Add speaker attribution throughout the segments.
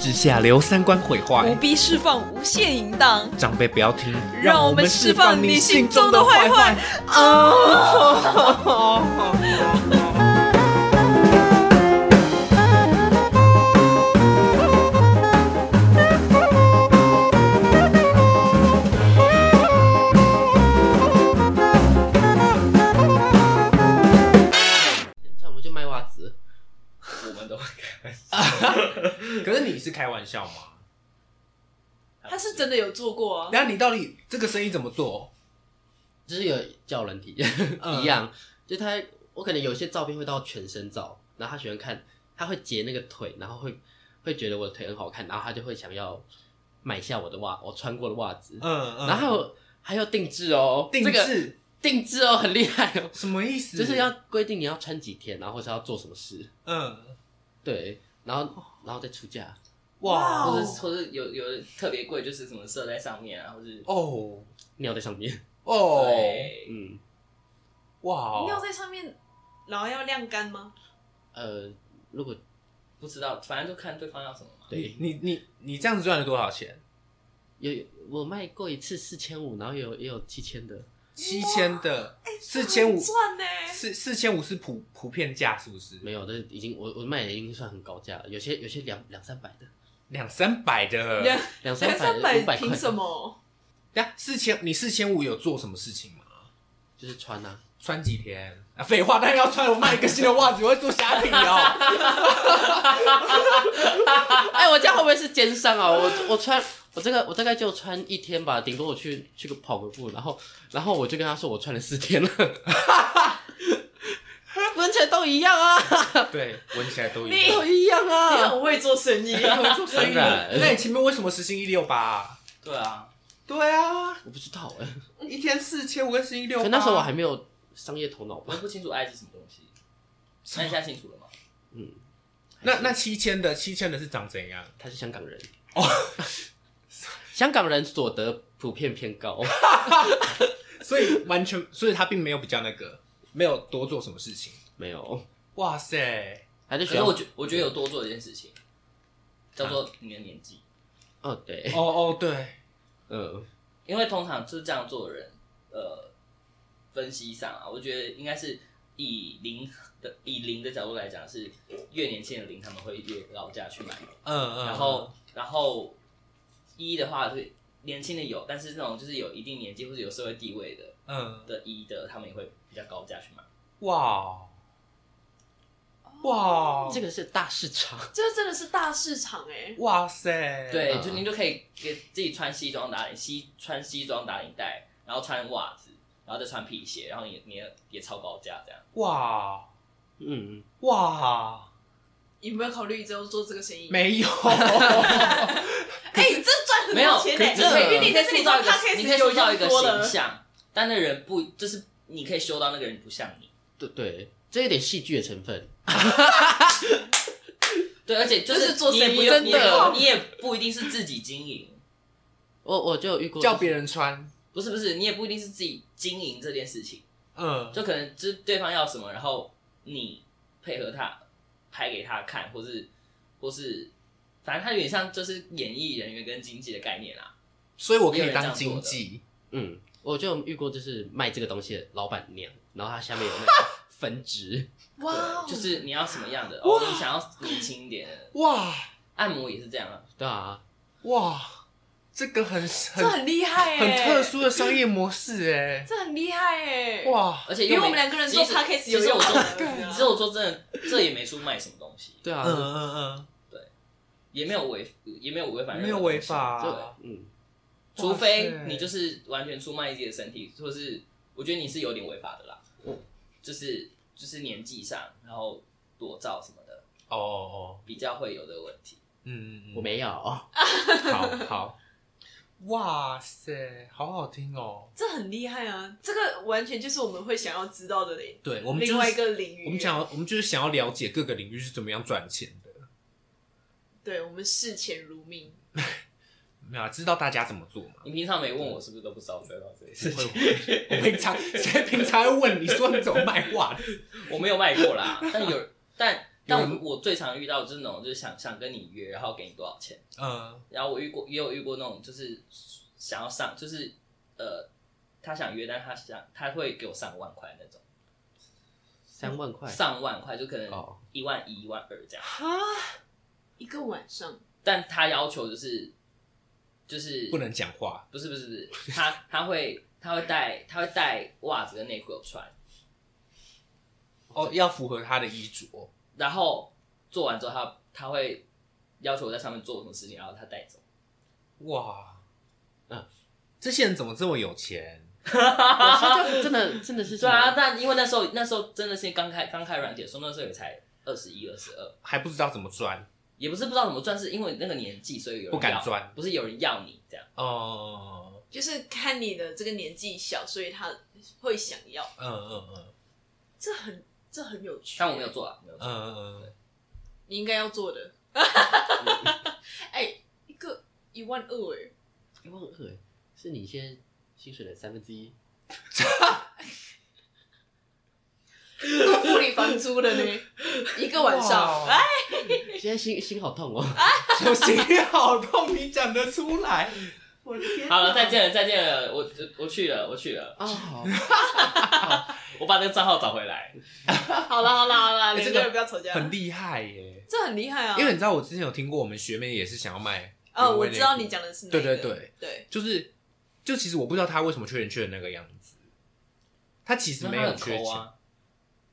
Speaker 1: 之下留三观毁
Speaker 2: 不
Speaker 1: 坏。
Speaker 2: 必释放无限淫荡，
Speaker 1: 长辈不要听，
Speaker 2: 让我们释放你心中的坏坏。
Speaker 3: 那我们就卖袜子，我们都会开玩笑。
Speaker 1: 可是你是开玩笑吗？
Speaker 2: 他是真的有做过啊，
Speaker 1: 那你到底这个生意怎么做？
Speaker 3: 就是有叫 人体
Speaker 1: 嗯
Speaker 3: 一样，就他我可能有些照片会到全身照，然后他喜欢看，他会截那个腿，然后会会觉得我的腿很好看，然后他就会想要买下我的袜，我穿过的袜子，
Speaker 1: 嗯
Speaker 3: 然后还有还有定制哦，
Speaker 2: 嗯
Speaker 1: 定制、
Speaker 3: 这个定制哦，很厉害哦，
Speaker 1: 什么意思？
Speaker 3: 就是要规定你要穿几天，然后或是要做什么事，
Speaker 1: 嗯，
Speaker 3: 对，然后然后再出价，
Speaker 1: 哇
Speaker 4: 或
Speaker 2: 哇哦
Speaker 4: 者或者有有的特别贵，就是什么设在上面啊，或是
Speaker 1: 哦
Speaker 3: 尿在上面，
Speaker 1: 哦
Speaker 4: 对
Speaker 3: 嗯，
Speaker 1: 哇哦
Speaker 2: 尿在上面，然后要晾干吗？
Speaker 3: 呃，如果
Speaker 4: 不知道，反正就看对方要什么嘛。
Speaker 3: 对
Speaker 1: 你你你你这样子赚了多少钱？
Speaker 3: 有我卖过一次四千五，然后也有也有七千的，
Speaker 1: 七千
Speaker 2: 哦
Speaker 1: 的，四千五，
Speaker 2: 哎赚呢、
Speaker 1: 四四千五是普普遍价是不是？
Speaker 3: 没有，但是已经我我卖的已经算很高价了，有些有些两两三百的，
Speaker 1: 两三百的，
Speaker 2: 两
Speaker 3: 两
Speaker 2: 两
Speaker 3: 百
Speaker 2: 三
Speaker 3: 的五
Speaker 2: 百
Speaker 3: 百块
Speaker 2: 凭
Speaker 3: 的
Speaker 2: 什？么？
Speaker 1: 呀，四千，你四千五有做什么事情吗？
Speaker 3: 就是穿啊，
Speaker 1: 穿几天？ 啊废话，当然要穿。我卖一个新的袜子，我会做虾皮 哦。
Speaker 3: 哎，我这样会不会是奸商啊？我我穿我这个我大概就穿一天吧，顶多我去去个跑个步，然后然后我就跟他说我穿了四天了，闻起来都一样啊，
Speaker 1: 对，闻起来都
Speaker 2: 一样
Speaker 3: 都一样
Speaker 4: 哎
Speaker 2: 你
Speaker 3: 啊。
Speaker 2: 很会做 生意，
Speaker 3: 当然
Speaker 1: 那你前面为什么实行一六八？
Speaker 4: 对啊，
Speaker 1: 对啊，
Speaker 3: 我不知道哎、
Speaker 1: 一天四千五跟十一六
Speaker 3: 可
Speaker 1: 八。啊
Speaker 3: 那时候我还没有商业头脑
Speaker 4: 我
Speaker 3: 吧
Speaker 4: 也？不清楚爱是什么东西。那你现在清楚了吗？
Speaker 1: 那那七千的七千的是长怎样？
Speaker 3: 他是香港人
Speaker 1: 哦，
Speaker 3: 香港人所得普遍偏高，
Speaker 1: 所以完全，所以他并没有比较那个，没有多做什么事情。
Speaker 3: 没有，
Speaker 1: 哇 塞，
Speaker 3: 还是啊
Speaker 4: 可
Speaker 3: 学
Speaker 4: 是我
Speaker 3: 校
Speaker 4: 觉我觉得有多做一件事情，叫做你的年纪，
Speaker 3: 哦对，
Speaker 1: 哦哦对，
Speaker 3: 嗯，
Speaker 4: 因为通常就是这样做的人，呃，分析上啊，我觉得应该是以零的以零的角度来讲，是越年轻的零他们会越高价去买，
Speaker 1: 嗯嗯。
Speaker 4: 然后然后一的话是年轻的有，但是那种就是有一定年纪或者有社会地位的
Speaker 1: 嗯，
Speaker 4: 的一的，他们也会比较高价去买。
Speaker 1: 哇哦哇
Speaker 3: 这个是大市场，
Speaker 2: 这真的是大市场哎、
Speaker 1: 哇塞，
Speaker 4: 对，
Speaker 3: 嗯
Speaker 4: 就您就可以给自己穿西装打领西穿西装打领带，然后穿袜子，然后再穿皮鞋，然后你你也也超高价这样。
Speaker 1: 哇
Speaker 3: 嗯，
Speaker 1: 哇，
Speaker 2: 有没有考虑之后做这个生意？
Speaker 1: 没 有，
Speaker 2: 哎、你这赚很
Speaker 4: 没有，
Speaker 2: 多钱呢、欸
Speaker 4: 可是
Speaker 2: 因为
Speaker 4: 你
Speaker 2: 你
Speaker 4: 可
Speaker 2: 在这
Speaker 4: 以塑
Speaker 2: 里
Speaker 4: 造
Speaker 2: 做
Speaker 4: 一个，
Speaker 2: podcast
Speaker 4: 你可以塑造一个
Speaker 2: 就已经多
Speaker 4: 形
Speaker 2: 了，
Speaker 4: 象，但那个人不就是你可以修到那个人不像你。
Speaker 3: 对对，这有点戏剧的成分，
Speaker 4: 对，而且就
Speaker 2: 就是做
Speaker 4: 你
Speaker 2: 谁
Speaker 4: 也
Speaker 2: 不
Speaker 4: 有
Speaker 3: 真
Speaker 4: 你也
Speaker 3: 的
Speaker 4: 有你也不一定是自己经营，
Speaker 3: 我我就有遇过
Speaker 1: 叫别人穿，
Speaker 4: 不是不是，你也不一定是自己经营这件事情，
Speaker 1: 嗯，
Speaker 4: 就可能就是对方要什么，然后你配合他拍给他看，或是或是，反正他有点像就是演艺人员跟经纪的概念啦。
Speaker 1: 所以我可以当经纪，
Speaker 3: 嗯，我就有遇过就是卖这个东西的老板娘，然后她下面有那个分支，
Speaker 2: 哇哦，
Speaker 4: 对，就是你要什么样的哦，你想要年轻一点的，
Speaker 1: 哇
Speaker 4: 按摩也是这样啊。
Speaker 3: 对啊，
Speaker 1: 哇，这个很
Speaker 2: 这
Speaker 1: 很欸
Speaker 2: 很厉害哎、
Speaker 1: 很特，殊的商业模式哎，
Speaker 2: 这很厉害哎、，
Speaker 1: 哇，嗯
Speaker 4: 而且
Speaker 2: 比
Speaker 4: 又
Speaker 2: 我
Speaker 4: 没
Speaker 2: 们两个人做
Speaker 4: 其实
Speaker 2: podcast
Speaker 4: 其
Speaker 2: 有
Speaker 4: 实
Speaker 2: 用啊
Speaker 4: 我
Speaker 2: 多
Speaker 4: 说，
Speaker 2: 了。
Speaker 4: 其实我说真的，这也没出卖什么东西，
Speaker 3: 对啊
Speaker 1: 嗯，嗯
Speaker 4: 也没有违，也没有违
Speaker 1: 嗯，
Speaker 4: 反任何
Speaker 1: 没有违法
Speaker 4: 东西
Speaker 1: 啊，
Speaker 3: 嗯，
Speaker 4: 对，除非你就是是完全出卖自己的身体，或是我觉得你是有点违法的啦，就是就是年纪上，然后裸照什么的，
Speaker 1: 哦哦，
Speaker 4: 比较会有的问题。
Speaker 1: 嗯嗯，
Speaker 3: 我没有，
Speaker 1: 好 好，哇塞，好好听哦，
Speaker 2: 这很厉害啊！这个完全就是我们会想要知道的嘞。
Speaker 1: 对我们
Speaker 2: 另
Speaker 1: 就
Speaker 2: 外一
Speaker 1: 是
Speaker 2: 个领域，
Speaker 1: 我们想要我们就是想要了解各个领域是怎么样赚钱的。
Speaker 2: 对我们视钱如命，
Speaker 1: 没有啊、知道大家怎么做嘛？
Speaker 4: 你平常没问我是不是都不知道我在到这里
Speaker 1: 不 会，不会我平常谁平常会问你说你怎么卖袜子？
Speaker 4: 我没有卖过啦，但有但
Speaker 1: 有人
Speaker 4: 但我我最常遇到就是那种就是想想跟你约，然后给你多少钱。
Speaker 1: 嗯
Speaker 4: 然后我遇过，也有遇过那种，就是想要上，就是呃，他想约，但他想他会给我上万块那种，
Speaker 3: 三万块
Speaker 4: 上万块就可能
Speaker 3: 哦
Speaker 4: 一万一、一万二这样。
Speaker 2: 哈，一个晚上
Speaker 4: 但他要求就是就是
Speaker 1: 不能讲话，
Speaker 4: 不是不是不是，他他会他会带他会带袜子跟内裤有穿，
Speaker 1: 哦，要符合他的衣着，
Speaker 4: 然后做完之后他他会要求我在上面做什么事情，然后他带走。
Speaker 1: 哇，
Speaker 3: 嗯
Speaker 1: 这些人怎么这么有钱？
Speaker 3: 我说这样真的真的是什
Speaker 4: 对啊，
Speaker 3: 么？
Speaker 4: 但因为那时候那时候真的是刚开刚开软体的时候，那时候也才二十一二十二。
Speaker 1: 还不知道怎么赚
Speaker 4: 也不是不知道怎么赚，是因为那个年纪，所以有人
Speaker 1: 不敢
Speaker 4: 要
Speaker 1: 赚，
Speaker 4: 不是有人要你这样。
Speaker 1: 哦，
Speaker 2: 就是看你的这个年纪小，所以他会想要，
Speaker 1: 嗯嗯嗯
Speaker 2: 这很这很有趣。
Speaker 4: 但我没有，做啊，没有
Speaker 1: 嗯
Speaker 4: 做。
Speaker 1: 嗯 嗯，
Speaker 2: 你应该要做的。哎，一个一万二哎，
Speaker 3: 一万二欸，是你现在薪水的三分之一。
Speaker 2: 都付你房租了呢，一个晚上。
Speaker 1: 哇
Speaker 2: 哎，
Speaker 3: 现在心心好痛哦、
Speaker 1: 手心好痛，你讲得出来？
Speaker 2: 我的天
Speaker 4: 好了，再见了，再见了，我我去了，我去了，
Speaker 3: 啊、好，
Speaker 4: 我把那个账号找回来。
Speaker 2: 哎好了好了好了，两
Speaker 1: 这
Speaker 2: 个
Speaker 1: 个
Speaker 2: 人不要吵架，
Speaker 1: 很厉害耶！
Speaker 2: 这很厉害啊。
Speaker 1: 因为你知道，我之前有听过，我们学妹也是想要卖
Speaker 2: 哦，
Speaker 1: 原
Speaker 2: 我
Speaker 1: 味内
Speaker 2: 知道
Speaker 1: 裤
Speaker 2: 你讲的是哪
Speaker 1: 对
Speaker 2: 一个
Speaker 1: 对对，
Speaker 2: 对，
Speaker 1: 就是就其实我不知道她为什么缺钱缺的那个样子，她其实没有缺
Speaker 4: 那他很抠
Speaker 1: 钱，
Speaker 4: 啊，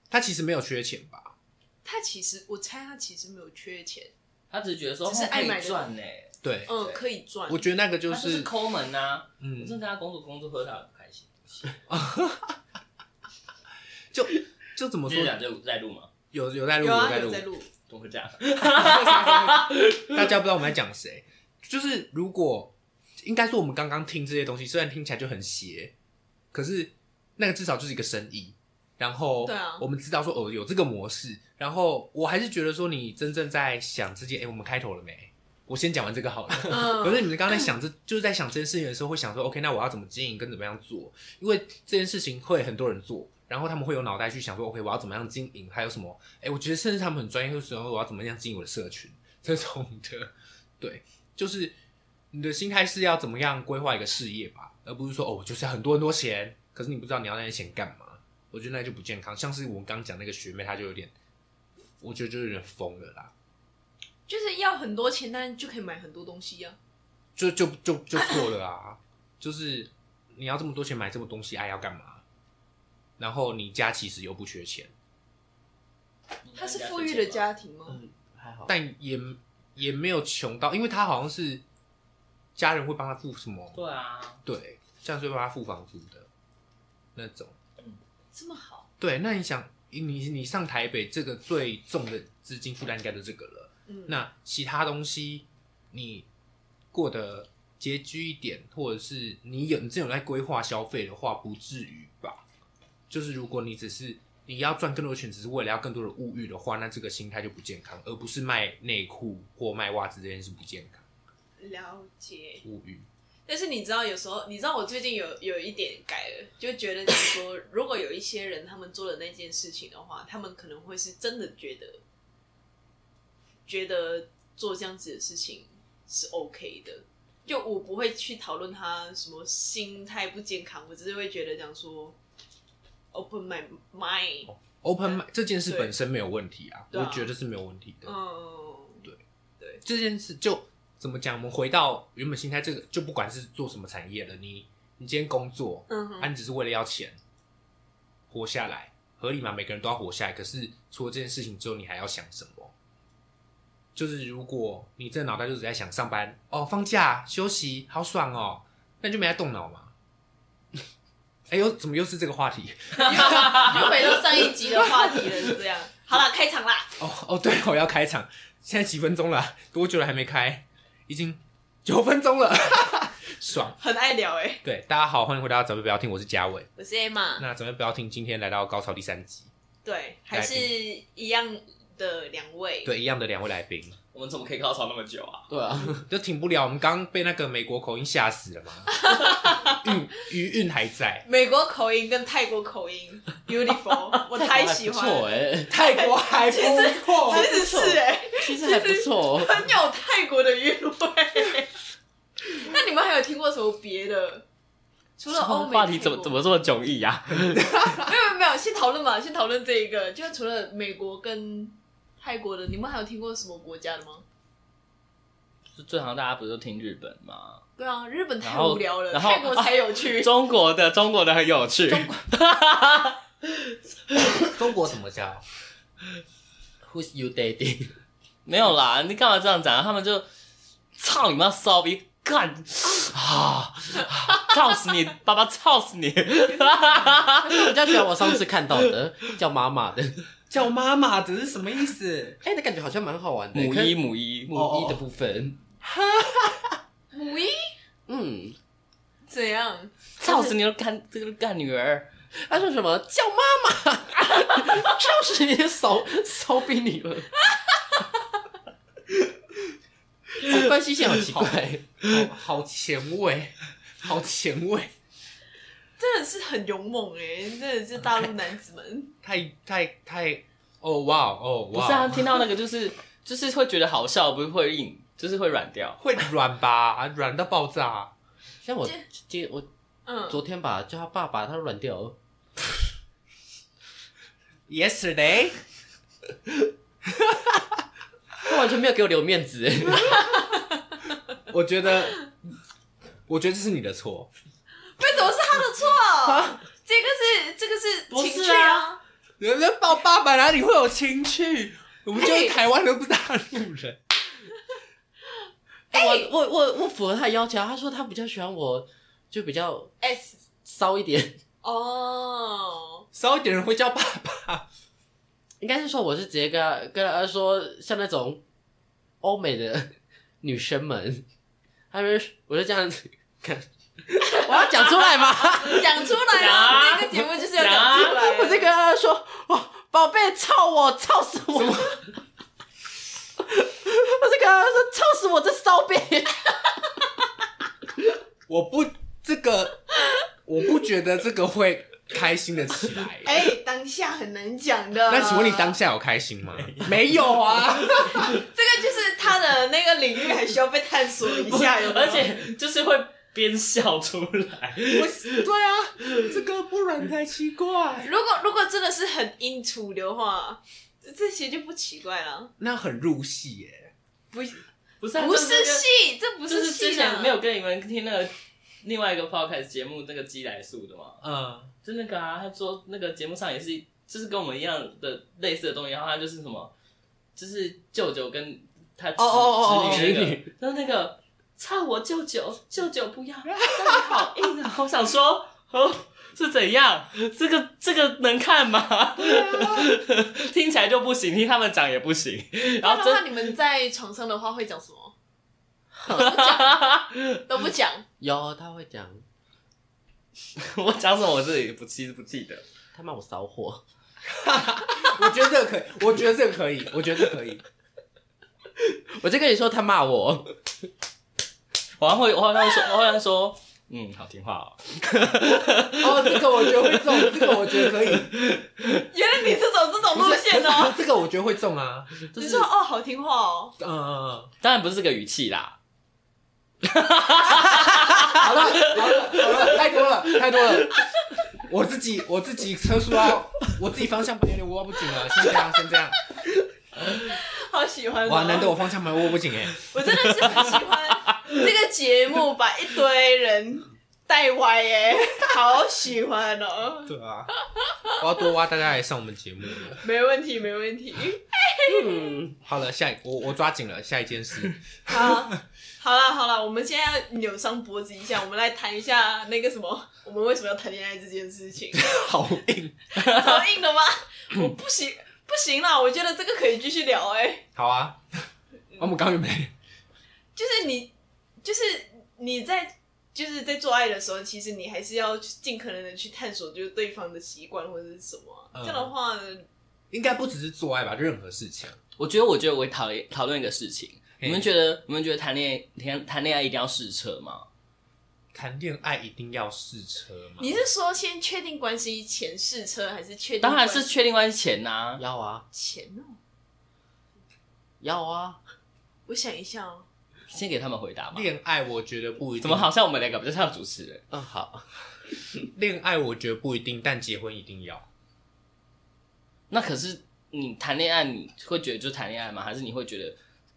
Speaker 1: 她其实没有缺钱吧？
Speaker 2: 他其实我猜他其实没有缺钱，
Speaker 4: 他只是觉得说
Speaker 2: 只是
Speaker 4: 哦
Speaker 2: 爱买的
Speaker 4: 可以赚呢，
Speaker 1: 对，
Speaker 2: 嗯，
Speaker 4: 对
Speaker 2: 可以赚
Speaker 1: 我。觉得那个就
Speaker 4: 他就是
Speaker 1: 是
Speaker 4: 抠门呐。我
Speaker 1: 嗯，
Speaker 4: 真的跟他工作工作喝他很开心。
Speaker 1: 就就怎么
Speaker 4: 我
Speaker 1: 说
Speaker 4: 说，讲就在录吗？
Speaker 1: 有有在录，
Speaker 2: 有啊，
Speaker 1: 在
Speaker 2: 有
Speaker 1: 录
Speaker 2: 在，录，
Speaker 4: 怎么会这样？
Speaker 1: 大家不知道我们在讲谁，就是如果应该说我们刚刚听这些东西，虽然听起来就很邪，可是那个至少就是一个生意。然后
Speaker 2: 对啊
Speaker 1: 我们知道说哦有这个模式，然后我还是觉得说你真正在想这件，哎，我们开头了没？我先讲完这个好了。
Speaker 2: 嗯，
Speaker 1: 可是你们刚才想这就是在想这件事情的时候，会想说，OK，那我要怎么经营，跟怎么样做？因为这件事情会很多人做，然后他们会有脑袋去想说，OK，我要怎么样经营，还有什么？哎、我觉得甚至他们很专业，会说我要怎么样经营我的社群 这种的。对，就是你的心态是要怎么样规划一个事业吧，而不是说哦，我就是要很多很多钱，可是你不知道你要那些钱干嘛。我觉得那就不健康。像是我们刚刚讲那个学妹，她就有点，我觉得就有点疯了啦，
Speaker 2: 就是要很多钱，但就可以买很多东西啊呀、
Speaker 1: 就就就就错了啊！就是你要这么多钱买这么东西，哎，要干嘛？然后你家其实又不缺钱，
Speaker 2: 他是富裕的，家庭吗？
Speaker 3: 嗯，还好。
Speaker 1: 但也也没有穷到，因为他好像是家人会帮他付什么，
Speaker 4: 对啊，
Speaker 1: 对，这样是会帮他付房租的那种。
Speaker 2: 这么好，
Speaker 1: 对，那你想，你你上台北这个最重的资金负担应该就这个了。
Speaker 2: 嗯，
Speaker 1: 那其他东西你过得拮据一点，或者是你有你这种在规划消费的话，不至于吧？就是如果你只是你要赚更多的钱，只是为了要更多的物欲的话，那这个心态就不健康，而不是卖内裤或卖袜子这件事不健康。
Speaker 2: 了解。
Speaker 1: 物欲，
Speaker 2: 但是你知道，有时候你知道我最近有有一点改了，就觉得就是说，如果有一些人他们做的那件事情的话，他们可能会是真的觉得，觉得做这样子的事情是 OK 的。就我不会去讨论他什么心态不健康，我只是会觉得讲说，open my mind，
Speaker 1: open mind 这件事
Speaker 2: 对
Speaker 1: 本身没有问题啊，
Speaker 2: 对啊
Speaker 1: 我觉得是没有问题的。
Speaker 2: 嗯，
Speaker 1: 这件事就怎么讲？我们回到原本心态，这个就不管是做什么产业了，你你今天工作，
Speaker 2: 嗯哼
Speaker 1: 啊，你只是为了要钱活下来，合理嘛？每个人都要活下来。可是除了这件事情之后，你还要想什么？就是如果你这脑袋就只在想上班哦，放假休息好爽哦，那你就没在动脑嘛。 哎呦，怎么又是这个话题？
Speaker 2: 又回到上一集的话题了，是这样。好了，开场啦！
Speaker 1: 哦哦，对，我要开场，现在几分钟了？多久了还没开？已经九分钟了， 爽。
Speaker 2: 很爱聊哎、
Speaker 1: 对，大家好，欢迎回到长辈不要听，我是嘉伟。
Speaker 2: 我是 Emma，
Speaker 1: 那长辈不要听，今天来到高潮第三集，
Speaker 2: 对，还是一样的两位，
Speaker 1: 对一样的两位来宾，
Speaker 4: 我们怎么可以高潮那么久啊？
Speaker 3: 对啊，
Speaker 1: 就挺不了。我们刚刚被那个美国口音吓死 了嘛，韵余韵还在，
Speaker 2: 美国口音跟泰国口音 beautiful，我太喜欢
Speaker 3: 不错
Speaker 2: 了，
Speaker 3: 哎，
Speaker 1: 泰国还不错
Speaker 2: 其实是哎、
Speaker 3: 其实还不错哦。
Speaker 2: 很有泰国的韵味。 那你们还有听过什么别的？除了欧美
Speaker 3: 话题怎么
Speaker 2: 泰国
Speaker 3: 怎么这么迥异 啊？
Speaker 2: 没有没有没有，先讨论嘛，先讨论这一个，就除了美国跟泰国的，你们还有听过什么国家的吗？
Speaker 4: 就最常大家不是都听日本 吗？
Speaker 2: 对啊，日本
Speaker 4: 然
Speaker 2: 太
Speaker 4: 后
Speaker 2: 无聊了，
Speaker 4: 然后
Speaker 2: 泰国才有 趣。
Speaker 3: 中国的中国的很有趣，
Speaker 1: 中国怎么叫？
Speaker 3: Who's you daddy？
Speaker 4: 没有啦，你干嘛这样讲？啊他们就操你妈骚逼， 干啊！
Speaker 3: 操死你，
Speaker 4: 爸爸操死你！
Speaker 3: 我较喜欢我上次看到的叫妈妈的，
Speaker 1: 叫妈妈的是什么意思？
Speaker 3: 哎、那感觉好像蛮好玩的。
Speaker 4: 母
Speaker 3: 可
Speaker 4: 一
Speaker 3: 是
Speaker 4: 母一母
Speaker 3: 母一
Speaker 2: 哦
Speaker 3: 的部分，
Speaker 2: 母一
Speaker 3: 嗯，
Speaker 2: 怎样？
Speaker 4: 操死你个干这个干女儿！
Speaker 3: 他说什么叫妈妈，就是你的骚骚逼女儿。 这哎关系线好奇怪，
Speaker 1: 好好前卫，好前卫，
Speaker 2: 真的是很勇猛哎、真的是大陆男子们。
Speaker 1: 太太太，哦哇哦
Speaker 4: 不
Speaker 1: 哇，
Speaker 4: 是啊，听到那个就是就是会觉得好笑，不是会硬，就是会软掉。
Speaker 1: 会软吧，啊软到爆炸。
Speaker 3: 像我
Speaker 2: 这
Speaker 3: 今我
Speaker 2: 嗯，
Speaker 3: 昨天吧叫他爸爸，他软掉了。
Speaker 1: Yesterday，
Speaker 3: 他完全没有给我留面子，
Speaker 1: 我觉得，我觉得这是你的错。
Speaker 2: 为什么是他的错？这个是这个
Speaker 3: 不
Speaker 2: 是
Speaker 3: 是
Speaker 2: 情趣啊，
Speaker 1: 人家抱爸爸哪里会有情趣？我们就是台湾人，不是大陆人。
Speaker 3: 哎我我我我符合他的要求啊，他说他比较喜欢我，就比较
Speaker 2: S
Speaker 3: 骚一点，
Speaker 2: 哦，
Speaker 1: 少一点人会叫爸爸，
Speaker 3: 应该是说我是直接跟他跟他说，像那种欧美的女生们，他们我就这样子看，我要讲出来吗？
Speaker 2: 讲出 来
Speaker 4: 讲
Speaker 2: 啊！
Speaker 4: 啊
Speaker 2: 这个节目就是要讲出来。
Speaker 3: 我就跟他说，哦，宝贝，操我，操死我！我就跟他说，操死我这骚逼！
Speaker 1: 我不这个， 我不觉得这个会开心的起来。
Speaker 2: 哎、当下很难讲的。
Speaker 1: 那请问你当下有开心吗？呃没有啊，
Speaker 2: 这个就是他的那个领域还需要被探索一 下，有没有
Speaker 4: 而且 就是会边笑出来。
Speaker 1: 我对啊，这个不然才奇怪。
Speaker 2: 如果如果真的是很 into 的话，这这些就不奇怪了。
Speaker 1: 那很入戏耶、
Speaker 4: 不是啊、
Speaker 2: 不
Speaker 4: 就是那个
Speaker 2: 戏，这不
Speaker 4: 就是之
Speaker 2: 戏啊
Speaker 4: 前没有跟你们听那个另外一个 podcast 节目那个鸡来素的嘛，
Speaker 1: 嗯，
Speaker 4: 就那个啊，他说那个节目上也是，就是跟我们一样的类似的东西，然后他就是什么，就是舅舅跟他侄
Speaker 1: 哦哦哦哦
Speaker 4: 侄女那个，然后那个操我舅舅，舅舅不要，那你好硬啊！我想说，哦，是怎样？这个这个能看吗？ 听起来就不行，听他们讲也不行，然
Speaker 2: 那
Speaker 4: 后
Speaker 2: 的
Speaker 4: 真
Speaker 2: 话，你们在床上的话会讲什 么？都不讲，
Speaker 3: 有，他会讲，
Speaker 4: 我讲什么我自己不记不记得。
Speaker 3: 他骂我骚货，
Speaker 1: 我觉得这个可以，我觉得这个可以，我觉得这个可以。
Speaker 3: 我就跟你说他骂我，
Speaker 4: 我好像会，我好像会说，我好像说，嗯，好听话哦。
Speaker 1: 哦，这个我觉得会中，这个我觉得可以。
Speaker 2: 原来你是走这种路线
Speaker 1: 可
Speaker 2: 哦
Speaker 1: 是。这个我觉得会中啊。
Speaker 2: 你说哦，好听话哦，
Speaker 1: 嗯嗯嗯。
Speaker 4: 当然不是这个语气啦，
Speaker 1: 好了，好了，好了，太多了，太多了。我自己，我自己车速啊，我自己方向盘有点握不紧了，先这样，先这样。
Speaker 2: 好喜欢哦。
Speaker 1: 哇，难得我方向盘握不紧哎、
Speaker 2: 我真的是很喜欢这个节目，把一堆人带 歪耶，好喜欢哦。
Speaker 1: 对啊，我要多挖大家来上我们节目了。
Speaker 2: 没问题，没问题。
Speaker 3: 嗯，
Speaker 1: 好了，下一我我抓紧了，下一件事。
Speaker 2: 好，好了好了，我们现在要扭伤脖子一下，我们来谈一下那个什么，我们为什么要谈恋爱这件事情，
Speaker 1: 好硬。
Speaker 2: 超硬的吗？我不行不行啦，我觉得这个可以继续聊哎、
Speaker 1: 好啊，我们刚有没？
Speaker 2: 就是你就是你在就是在做爱的时候，其实你还是要尽可能的去探索，就是对方的习惯或者是什么啊、
Speaker 1: 嗯
Speaker 2: 这样的话，
Speaker 1: 应该不只是做爱吧，任何事情。
Speaker 4: 我觉得，我觉得我会讨论讨论一个事情。
Speaker 1: 嘿
Speaker 4: 你们觉得，你们觉得谈恋爱谈谈恋爱一定要试车吗？
Speaker 1: 谈恋爱一定要试车吗？
Speaker 2: 你是说先确定关系前试车，还是确定？
Speaker 4: 当然是确定关系前呐、
Speaker 3: 要啊，
Speaker 2: 前哦。
Speaker 3: 要啊，
Speaker 2: 我想一下哦，
Speaker 4: 先给他们回答吧。
Speaker 1: 恋爱我觉得不一定，
Speaker 4: 怎么好？像我们两个比较像主持人？
Speaker 3: 嗯，好，
Speaker 1: 恋爱我觉得不一定，但结婚一定要。
Speaker 4: 那可是你谈恋爱，你会觉得就谈恋爱吗？还是你会觉得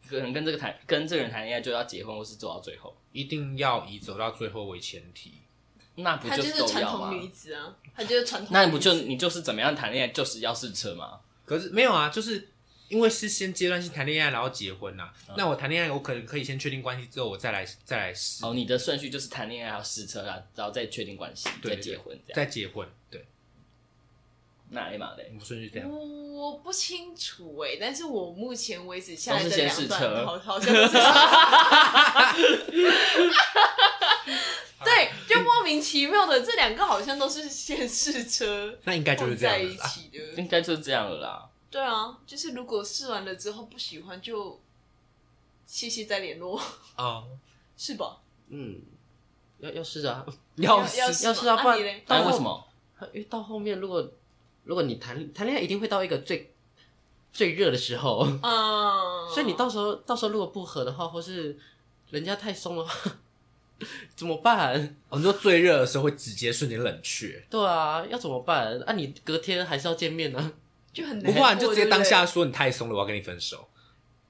Speaker 4: 可能跟这个谈跟这个人谈恋爱就要结婚，或是走到最后？
Speaker 1: 一定要以走到最后为前提。
Speaker 4: 那不
Speaker 2: 她
Speaker 4: 是
Speaker 2: 是
Speaker 4: 都
Speaker 2: 传
Speaker 4: 要
Speaker 2: 统
Speaker 4: 吗？
Speaker 2: 女子啊，她就是传统女子。
Speaker 4: 那你不就你就是怎么样谈恋爱就是要试车吗？
Speaker 1: 可是没有啊，就是因为是先阶段性谈恋爱，然后结婚呐、
Speaker 4: 嗯
Speaker 1: 那我谈恋爱，我可能可以先确定关系之后，我再来再来试，
Speaker 4: 哦，你的顺序就是谈恋爱还要试车啊，然后再确定关系，
Speaker 1: 对
Speaker 4: 再结婚这样。
Speaker 1: 再结婚。对，
Speaker 4: 那哎艾玛嘞
Speaker 1: 我？们顺序这样。
Speaker 2: 我不清楚哎、但是我目前为止下来
Speaker 4: 都
Speaker 2: 的
Speaker 4: 是先
Speaker 2: 两
Speaker 4: 试
Speaker 2: 段
Speaker 4: 车
Speaker 2: 好好像都是对，就莫名其妙的这两个好像都是先试车
Speaker 1: 那应该就
Speaker 2: 碰
Speaker 1: 是这
Speaker 2: 在
Speaker 1: 样
Speaker 2: 一
Speaker 1: 子啦。
Speaker 2: 起的。
Speaker 4: 应该就是这样了啦。
Speaker 2: 对啊，就是如果试完了之后不喜欢就谢谢再联络，
Speaker 1: 哦，
Speaker 2: 是吧？
Speaker 3: 嗯，要要试啊，
Speaker 2: 要
Speaker 3: 试
Speaker 2: 要试
Speaker 3: 要
Speaker 2: 吗
Speaker 3: 试啊，
Speaker 2: 啊
Speaker 3: 不然
Speaker 2: 你嘞
Speaker 4: 但
Speaker 3: 到
Speaker 4: 哎为
Speaker 3: 后
Speaker 4: 什么？
Speaker 3: 因为到后面如果如果你谈谈恋爱，一定会到一个最最热的时候，
Speaker 4: 哦
Speaker 2: 嗯，
Speaker 3: 所以你到时候到时候如果不合的话，或是人家太松的话， 怎么办？
Speaker 1: 哦，你说最热的时候会直接瞬间冷却，
Speaker 3: 对啊，要怎么办？啊，你隔天还是要见面呢、啊？
Speaker 2: 就很难
Speaker 1: 不
Speaker 2: 过，
Speaker 1: 过你就直接
Speaker 2: 对不对
Speaker 1: 当下说你太松了，我要跟你分手。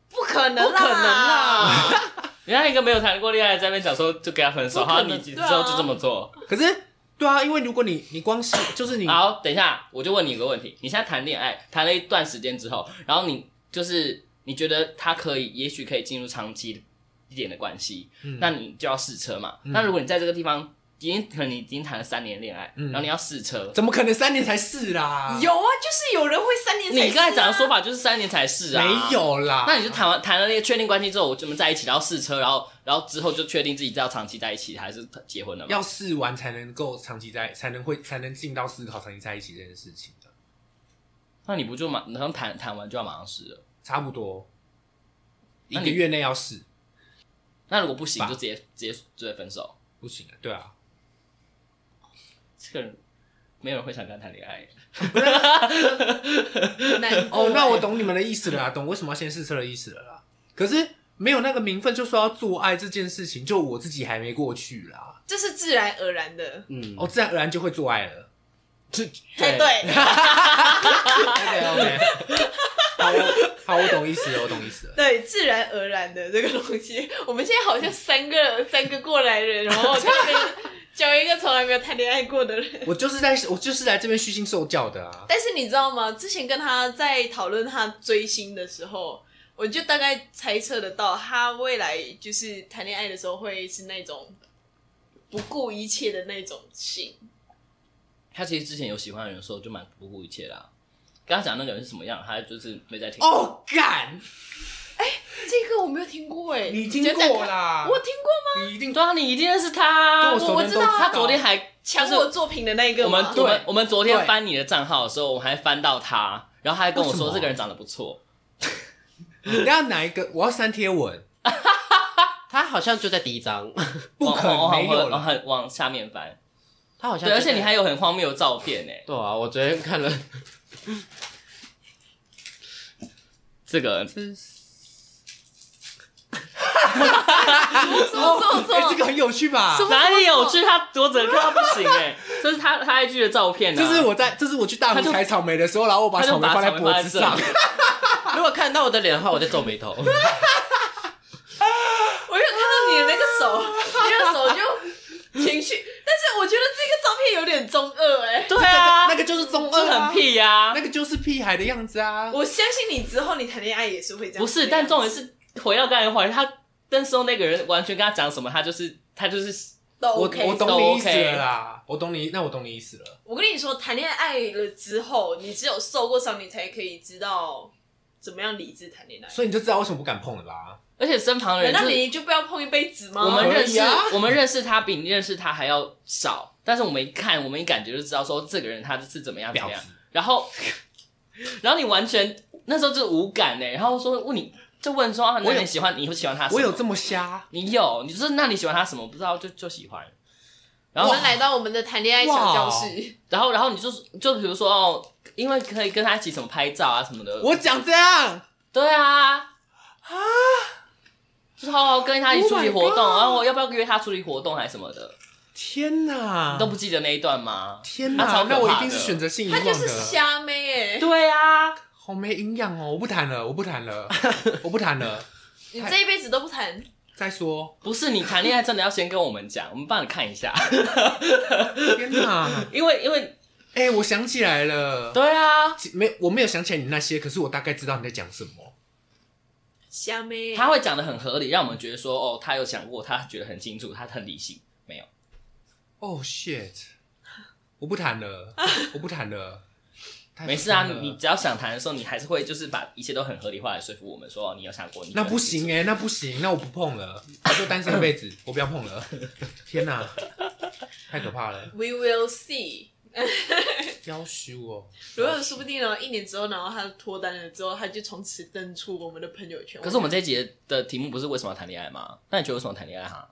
Speaker 2: 不可能，
Speaker 3: 不可能
Speaker 2: 啦，
Speaker 3: 啦！
Speaker 4: 人家一个没有谈过恋爱，在那边讲说就跟他分手，
Speaker 3: 不可
Speaker 4: 好，
Speaker 3: 能
Speaker 4: 你之
Speaker 2: 对啊
Speaker 4: 后就这么做。
Speaker 1: 可是，对啊，因为如果你你光是就是你
Speaker 4: 好，等一下，我就问你一个问题：你现在谈恋爱谈了一段时间之后，然后你就是你觉得他可以，也许可以进入长期一点的关系，
Speaker 1: 嗯
Speaker 4: 那你就要试车嘛。
Speaker 1: 嗯
Speaker 4: 那如果你在这个地方已经可能你已经谈了三年恋爱，
Speaker 1: 嗯
Speaker 4: 然后你要试车，
Speaker 1: 怎么可能三年才试啦？
Speaker 2: 有啊，就是有人会三年才试啊，
Speaker 4: 你刚才讲的说法就是三年才试啊，
Speaker 1: 没。有啦？
Speaker 4: 那你就谈完谈了那个确定关系之后，我们在一起，然后试车，然后然后之后就确定自己要长期在一起还是结婚了嘛？
Speaker 1: 要试完才能够长期在，才能会才能进到思考长期在一起这件事情的，
Speaker 4: 那你不就马然后谈谈完就要马上试了？
Speaker 1: 差不多一
Speaker 4: 那
Speaker 1: 个
Speaker 4: 你
Speaker 1: 月内要试，
Speaker 4: 那如果不行
Speaker 1: 吧
Speaker 4: 就直接直接直接分手？
Speaker 1: 不行啊，对啊，
Speaker 4: 这个人没有人会想跟他谈恋爱。
Speaker 2: 难过
Speaker 1: 哦，那我
Speaker 2: 欸
Speaker 1: 懂你们的意思了啦，懂为什么要先试车的意思了啦。可是没有那个名分就说要做爱这件事情，就我自己还没过去啦，
Speaker 2: 这是自然而然的，
Speaker 3: 嗯，
Speaker 1: 哦，自然而然就会做爱了。
Speaker 4: 对
Speaker 2: 哎，对
Speaker 1: OK OK，好，我好，我懂意思了，我懂意思了。
Speaker 2: 对，自然而然的这个东西，我们现在好像三个三个过来人，然后在那 边讲一个从来没有谈恋爱过的人。
Speaker 1: 我就是在我就是来这边虚心受教的啊。
Speaker 2: 但是你知道吗？之前跟他在讨论他追星的时候，我就大概猜测得到，他未来就是谈恋爱的时候会是那种不顾一切的那种型。
Speaker 4: 他其实之前有喜欢的人的时候就蛮不顾一切啦。刚刚讲那个人是什么样，他就是没在听。
Speaker 1: 哦，干，
Speaker 2: 这个我没有听过哎、
Speaker 1: 你
Speaker 2: 觉
Speaker 1: 听
Speaker 2: 得
Speaker 1: 过啦？
Speaker 2: 我听过吗？
Speaker 1: 你一定
Speaker 4: 对啊，你一定认识他啊。
Speaker 1: 跟我熟
Speaker 2: 我
Speaker 1: 的人
Speaker 2: 知
Speaker 1: 都
Speaker 2: 道啊
Speaker 4: 他昨天还
Speaker 2: 抢
Speaker 4: 就是
Speaker 2: 我作品的那一个
Speaker 4: 我们
Speaker 2: 吗
Speaker 4: 我
Speaker 1: 对
Speaker 4: 们我们昨天
Speaker 1: 对
Speaker 4: 翻你的账号的时候，我们还翻到他，然后他还跟我
Speaker 1: 为什
Speaker 4: 说
Speaker 1: 么
Speaker 4: 这个人长得不错。
Speaker 1: 你要哪一个？我要删贴文，
Speaker 3: 他好像就在第一章，
Speaker 1: 不可能
Speaker 4: 往
Speaker 1: 没有
Speaker 4: 往往
Speaker 1: 了。
Speaker 4: 往往下面翻。
Speaker 3: 他好像就
Speaker 4: 对，而
Speaker 3: 在
Speaker 4: 且你还有很荒谬的照片呢。欸
Speaker 3: 对啊，我昨天看了，
Speaker 4: 这个
Speaker 2: 什么什么
Speaker 1: 哎
Speaker 2: 什
Speaker 1: 这
Speaker 2: 么？
Speaker 1: 个很有趣吧？
Speaker 4: 哪里有趣？他多整看到不行哎， 这是他他 IG 的照片啊。
Speaker 1: 这是我在，这是我去大
Speaker 4: 他
Speaker 1: 湖
Speaker 4: 就
Speaker 1: 采草莓的时候，然后我把
Speaker 4: 他就
Speaker 1: 草莓
Speaker 4: 把
Speaker 1: 放在
Speaker 4: 草莓
Speaker 1: 脖
Speaker 4: 放
Speaker 1: 子
Speaker 4: 在这
Speaker 1: 上。
Speaker 3: 如果看到我的脸的话，我在皱眉头。
Speaker 2: 我有看到你的那个
Speaker 4: 啊
Speaker 2: 手，你那个手就情绪，但是我觉得这个照片有点中二哎、
Speaker 4: 对啊，
Speaker 1: 那个就是中
Speaker 4: 这
Speaker 1: 二、啊，
Speaker 4: 很，屁呀、
Speaker 1: 那个就是屁孩的样子啊。
Speaker 2: 我相信你之后你谈恋爱也是会这样，
Speaker 4: 不是，但重点是回到刚才的话，他那时候那个人完全跟他讲什么，他就是他就是
Speaker 2: 都
Speaker 1: 我
Speaker 2: OK
Speaker 1: 我
Speaker 2: 的。
Speaker 1: 懂你意
Speaker 4: 都
Speaker 1: 思
Speaker 4: OK
Speaker 1: 了啦，我懂你，那我懂你意思了。
Speaker 2: 我跟你说，谈恋爱了之后，你只有受过伤，你才可以知道怎么样理智谈恋爱。
Speaker 1: 所以你就知道为什么不敢碰了吧？
Speaker 4: 而且身旁的
Speaker 2: 难
Speaker 4: 人就
Speaker 2: 道
Speaker 4: 是
Speaker 2: 你就不要碰一辈子吗？
Speaker 4: 我们认
Speaker 1: 可以
Speaker 4: 识、
Speaker 1: 啊
Speaker 4: 我们认识他比你认识他还要少，但是我们一看，我们一感觉就知道说这个人他是怎么样怎
Speaker 1: 婊
Speaker 4: 么样
Speaker 1: 子，
Speaker 4: 然后然后你完全那时候就无感欸呢，然后说问你就问说啊，那
Speaker 1: 我有
Speaker 4: 你喜欢你会喜欢他什
Speaker 1: 我
Speaker 4: 么？
Speaker 1: 有这么瞎？
Speaker 4: 你有，你就是那你喜欢他什么？不知道就就喜欢。然
Speaker 2: 我
Speaker 4: 后
Speaker 2: 们来到我们的谈恋爱小教室，
Speaker 4: 然后然后你就是就比如说哦，因为可以跟他一起什么拍照啊什么的。
Speaker 1: 我讲这样，
Speaker 4: 对啊啊，就是哦跟他一起
Speaker 1: Oh
Speaker 4: 出
Speaker 1: my
Speaker 4: 席活动，
Speaker 1: God
Speaker 4: 然后我要不要约他出席活动还是什么的，
Speaker 1: 天哪
Speaker 4: 你都！不记得那一段
Speaker 1: 啊
Speaker 4: 吗？
Speaker 1: 天
Speaker 4: 他
Speaker 1: 哪！
Speaker 4: 超可怕
Speaker 1: 那
Speaker 4: 的
Speaker 1: 我一定是选择性遗
Speaker 2: 她
Speaker 1: 忘
Speaker 2: 就是
Speaker 1: 的，
Speaker 2: 瞎妹哎、
Speaker 4: 对啊，
Speaker 1: 好没营养哦！我不谈了，我不谈 了，我不谈了。
Speaker 2: 你这一辈子都不谈，
Speaker 1: 再说，
Speaker 4: 不是你谈恋爱真的要先跟我们讲，我们帮你看一下，
Speaker 1: 天哪！
Speaker 4: 因为因为
Speaker 1: 哎，我想起来了，
Speaker 4: 对啊，
Speaker 1: 其没我没有想起来你那些，可是我大概知道你在讲什么。
Speaker 2: 瞎妹欸、
Speaker 4: 他会讲的很合理，让我们觉得说哦，他有想过，他觉得很清楚，他很理性，没有，
Speaker 1: 哦、shit！我不谈了，我不谈了。太
Speaker 4: 没事啊，
Speaker 1: 悲伤了
Speaker 4: 你你只要想谈的时候，你还是会就是把一切都很合理化来说服我们说哦，你有想过，你
Speaker 1: 那不行哎、那不行，那我不碰了，我就单身一辈子，我不要碰了。 天哪，太可怕了，
Speaker 2: We will see。
Speaker 1: 要羞哦！
Speaker 2: 如果说不定呢，一年之后，然后他脱单了之后，他就从此登出我们的朋友圈。
Speaker 4: 可是我们这一节的题目不是为什么要谈恋爱吗？那你觉得为什么要谈恋爱啊哈？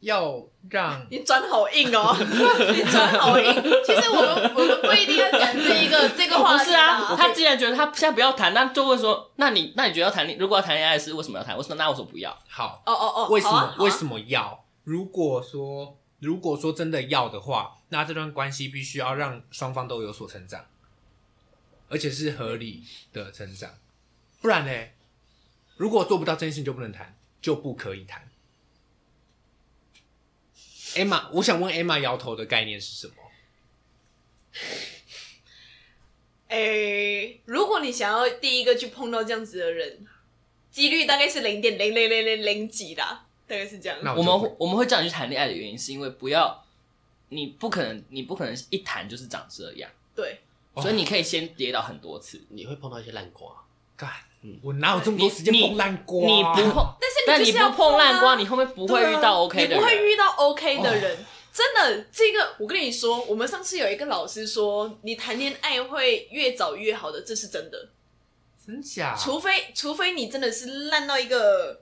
Speaker 1: 要让
Speaker 2: 你转好硬哦， 你转好硬。其实我们我们不一定要讲这一 个这个
Speaker 4: 不
Speaker 2: 话题
Speaker 4: 是啊，他既然觉得他现在不要谈，那就会说，那你那你觉得要谈恋，如果要谈恋爱是为什么要谈？为什么那我说不要？
Speaker 1: 好，
Speaker 2: 哦哦哦，
Speaker 1: 为什么、
Speaker 2: 好啊好啊
Speaker 1: 为什么要？如果说如果说真的要的话，那这段关系必须要让双方都有所成长，而且是合理的成长，不然呢？如果做不到这件事情，就不能谈，就不可以谈。Emma，我想问 Emma 摇头的概念是什么？
Speaker 2: 诶、如果你想要第一个去碰到这样子的人，几率大概是零点零零零零零几啦，大概是这样。
Speaker 1: 那
Speaker 4: 我
Speaker 1: 就
Speaker 4: 们
Speaker 1: 会
Speaker 4: 会我们会叫你去谈恋爱的原因，是因为不要，你不可能，你不可能一谈就是长这样，
Speaker 2: 对，
Speaker 1: 哦
Speaker 4: 所以你可以先跌倒很多次。
Speaker 3: 你会碰到一些烂瓜，
Speaker 1: 干
Speaker 3: 嗯，
Speaker 1: 我哪有这么多时间
Speaker 4: 你
Speaker 1: 碰烂啊瓜？
Speaker 4: 你不碰，
Speaker 2: 但
Speaker 4: 但
Speaker 2: 是
Speaker 4: 你
Speaker 2: 你就是
Speaker 4: 不
Speaker 2: 要
Speaker 4: 碰烂瓜，
Speaker 2: 啊
Speaker 4: 你后面不
Speaker 2: 不
Speaker 4: 会遇到 OK 的
Speaker 2: 你不会
Speaker 4: 人。哦
Speaker 2: 遇到 OK 的人。真的，这个我跟你说，我们上次有一个老师说，你谈恋爱会越早越好的，这是真的。
Speaker 1: 真
Speaker 4: 啊
Speaker 1: 假？
Speaker 2: 除非除非你真的是烂到一个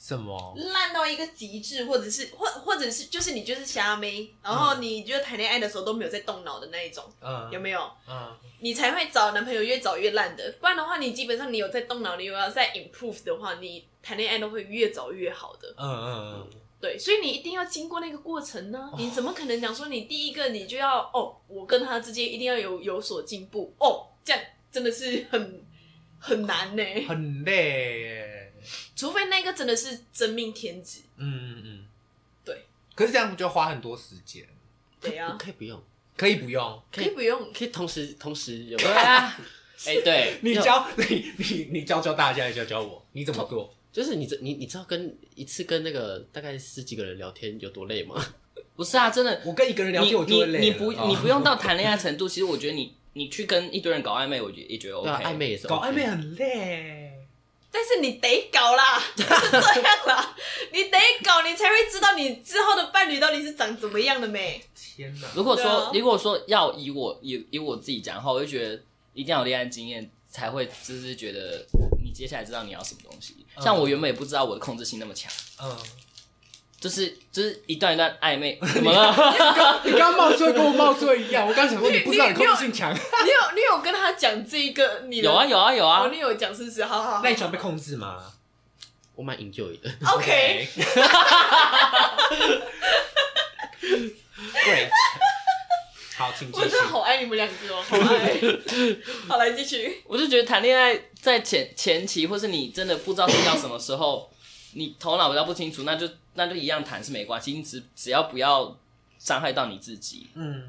Speaker 1: 什么？
Speaker 2: 烂到一个极致，或者是或或者是就是你就是瞎妹，然后
Speaker 4: 嗯
Speaker 2: 你就谈恋爱的时候都没有在动脑的那一种，
Speaker 1: 嗯，
Speaker 2: 有没有？
Speaker 1: 嗯，
Speaker 2: 你才会找男朋友越早越烂的，不然的话，你基本上你有在动脑，你有要在 improve 的话，你谈恋爱都会越早越好的
Speaker 1: 嗯。嗯嗯，
Speaker 2: 对，所以你一定要经过那个过程
Speaker 4: 哦
Speaker 2: 呢。你怎么可能讲说你第一个你就要哦，我跟他之间一定要有有所进步哦，这样真的是很很难呢。
Speaker 1: 嗯很累耶。
Speaker 2: 除非那个真的是真命天子，
Speaker 1: 嗯嗯嗯，
Speaker 2: 对。
Speaker 1: 可是这样就花很多时间，
Speaker 2: 对
Speaker 4: 啊
Speaker 2: 呀、
Speaker 3: 可以不用，
Speaker 1: 可以不用。
Speaker 2: 可以不用。
Speaker 3: 可以同时同时有。
Speaker 4: 对 啊，哎、对，
Speaker 1: 你
Speaker 3: 要
Speaker 1: 教你你你教教大家，也教教我，你怎么做？
Speaker 3: 就是你这你你知道跟一次跟那个大概十几个人聊天有多累 吗？
Speaker 4: 不是啊，真的，
Speaker 1: 我跟一个人聊
Speaker 4: 你
Speaker 1: 天，我就
Speaker 4: 你
Speaker 1: 会累了
Speaker 4: 你不
Speaker 1: 哦
Speaker 4: 你不用到谈恋爱程度，其实我觉得你你去跟一堆人搞暧昧，我觉得也觉得 OK。
Speaker 3: 对啊，暧昧也是、
Speaker 1: 搞暧昧，很累。
Speaker 2: 但是你得搞啦， 就是这样啦，你得搞，你才会知道你之后的伴侣到底是长怎么样的 没。
Speaker 1: 天哪！
Speaker 4: 如果说、
Speaker 2: 对啊
Speaker 4: 如果说要以我以以我自己讲的话，我就觉得一定要有恋爱经验才会，就是觉得你接下来知道你要什么东西。
Speaker 1: 嗯
Speaker 4: 像我原本也不知道我的控制性那么强，
Speaker 1: 嗯，
Speaker 4: 就是就是一段一段暧 昧，怎么了？
Speaker 1: 你刚刚冒出来跟我冒出来一样，我刚想说你不知道你控制性强，
Speaker 2: 你有你有跟他讲这一个你的
Speaker 4: 有啊有啊有
Speaker 2: 哦，
Speaker 4: 啊，
Speaker 2: 你有讲是不是？好好好
Speaker 1: 那 你喜欢被控制吗
Speaker 3: 我蛮 enjoy 的。
Speaker 2: ，OK，
Speaker 1: Great，好，请继
Speaker 2: 我
Speaker 1: 续
Speaker 2: 真。的好爱你们两个哦，好 爱。好，来继续。
Speaker 4: 我就觉得谈恋爱在前前期，或是你真的不知道是要什么时候， 你头脑比较不清楚，那就那就一样谈是没关系，你只只要不要伤害到你自己，
Speaker 1: 嗯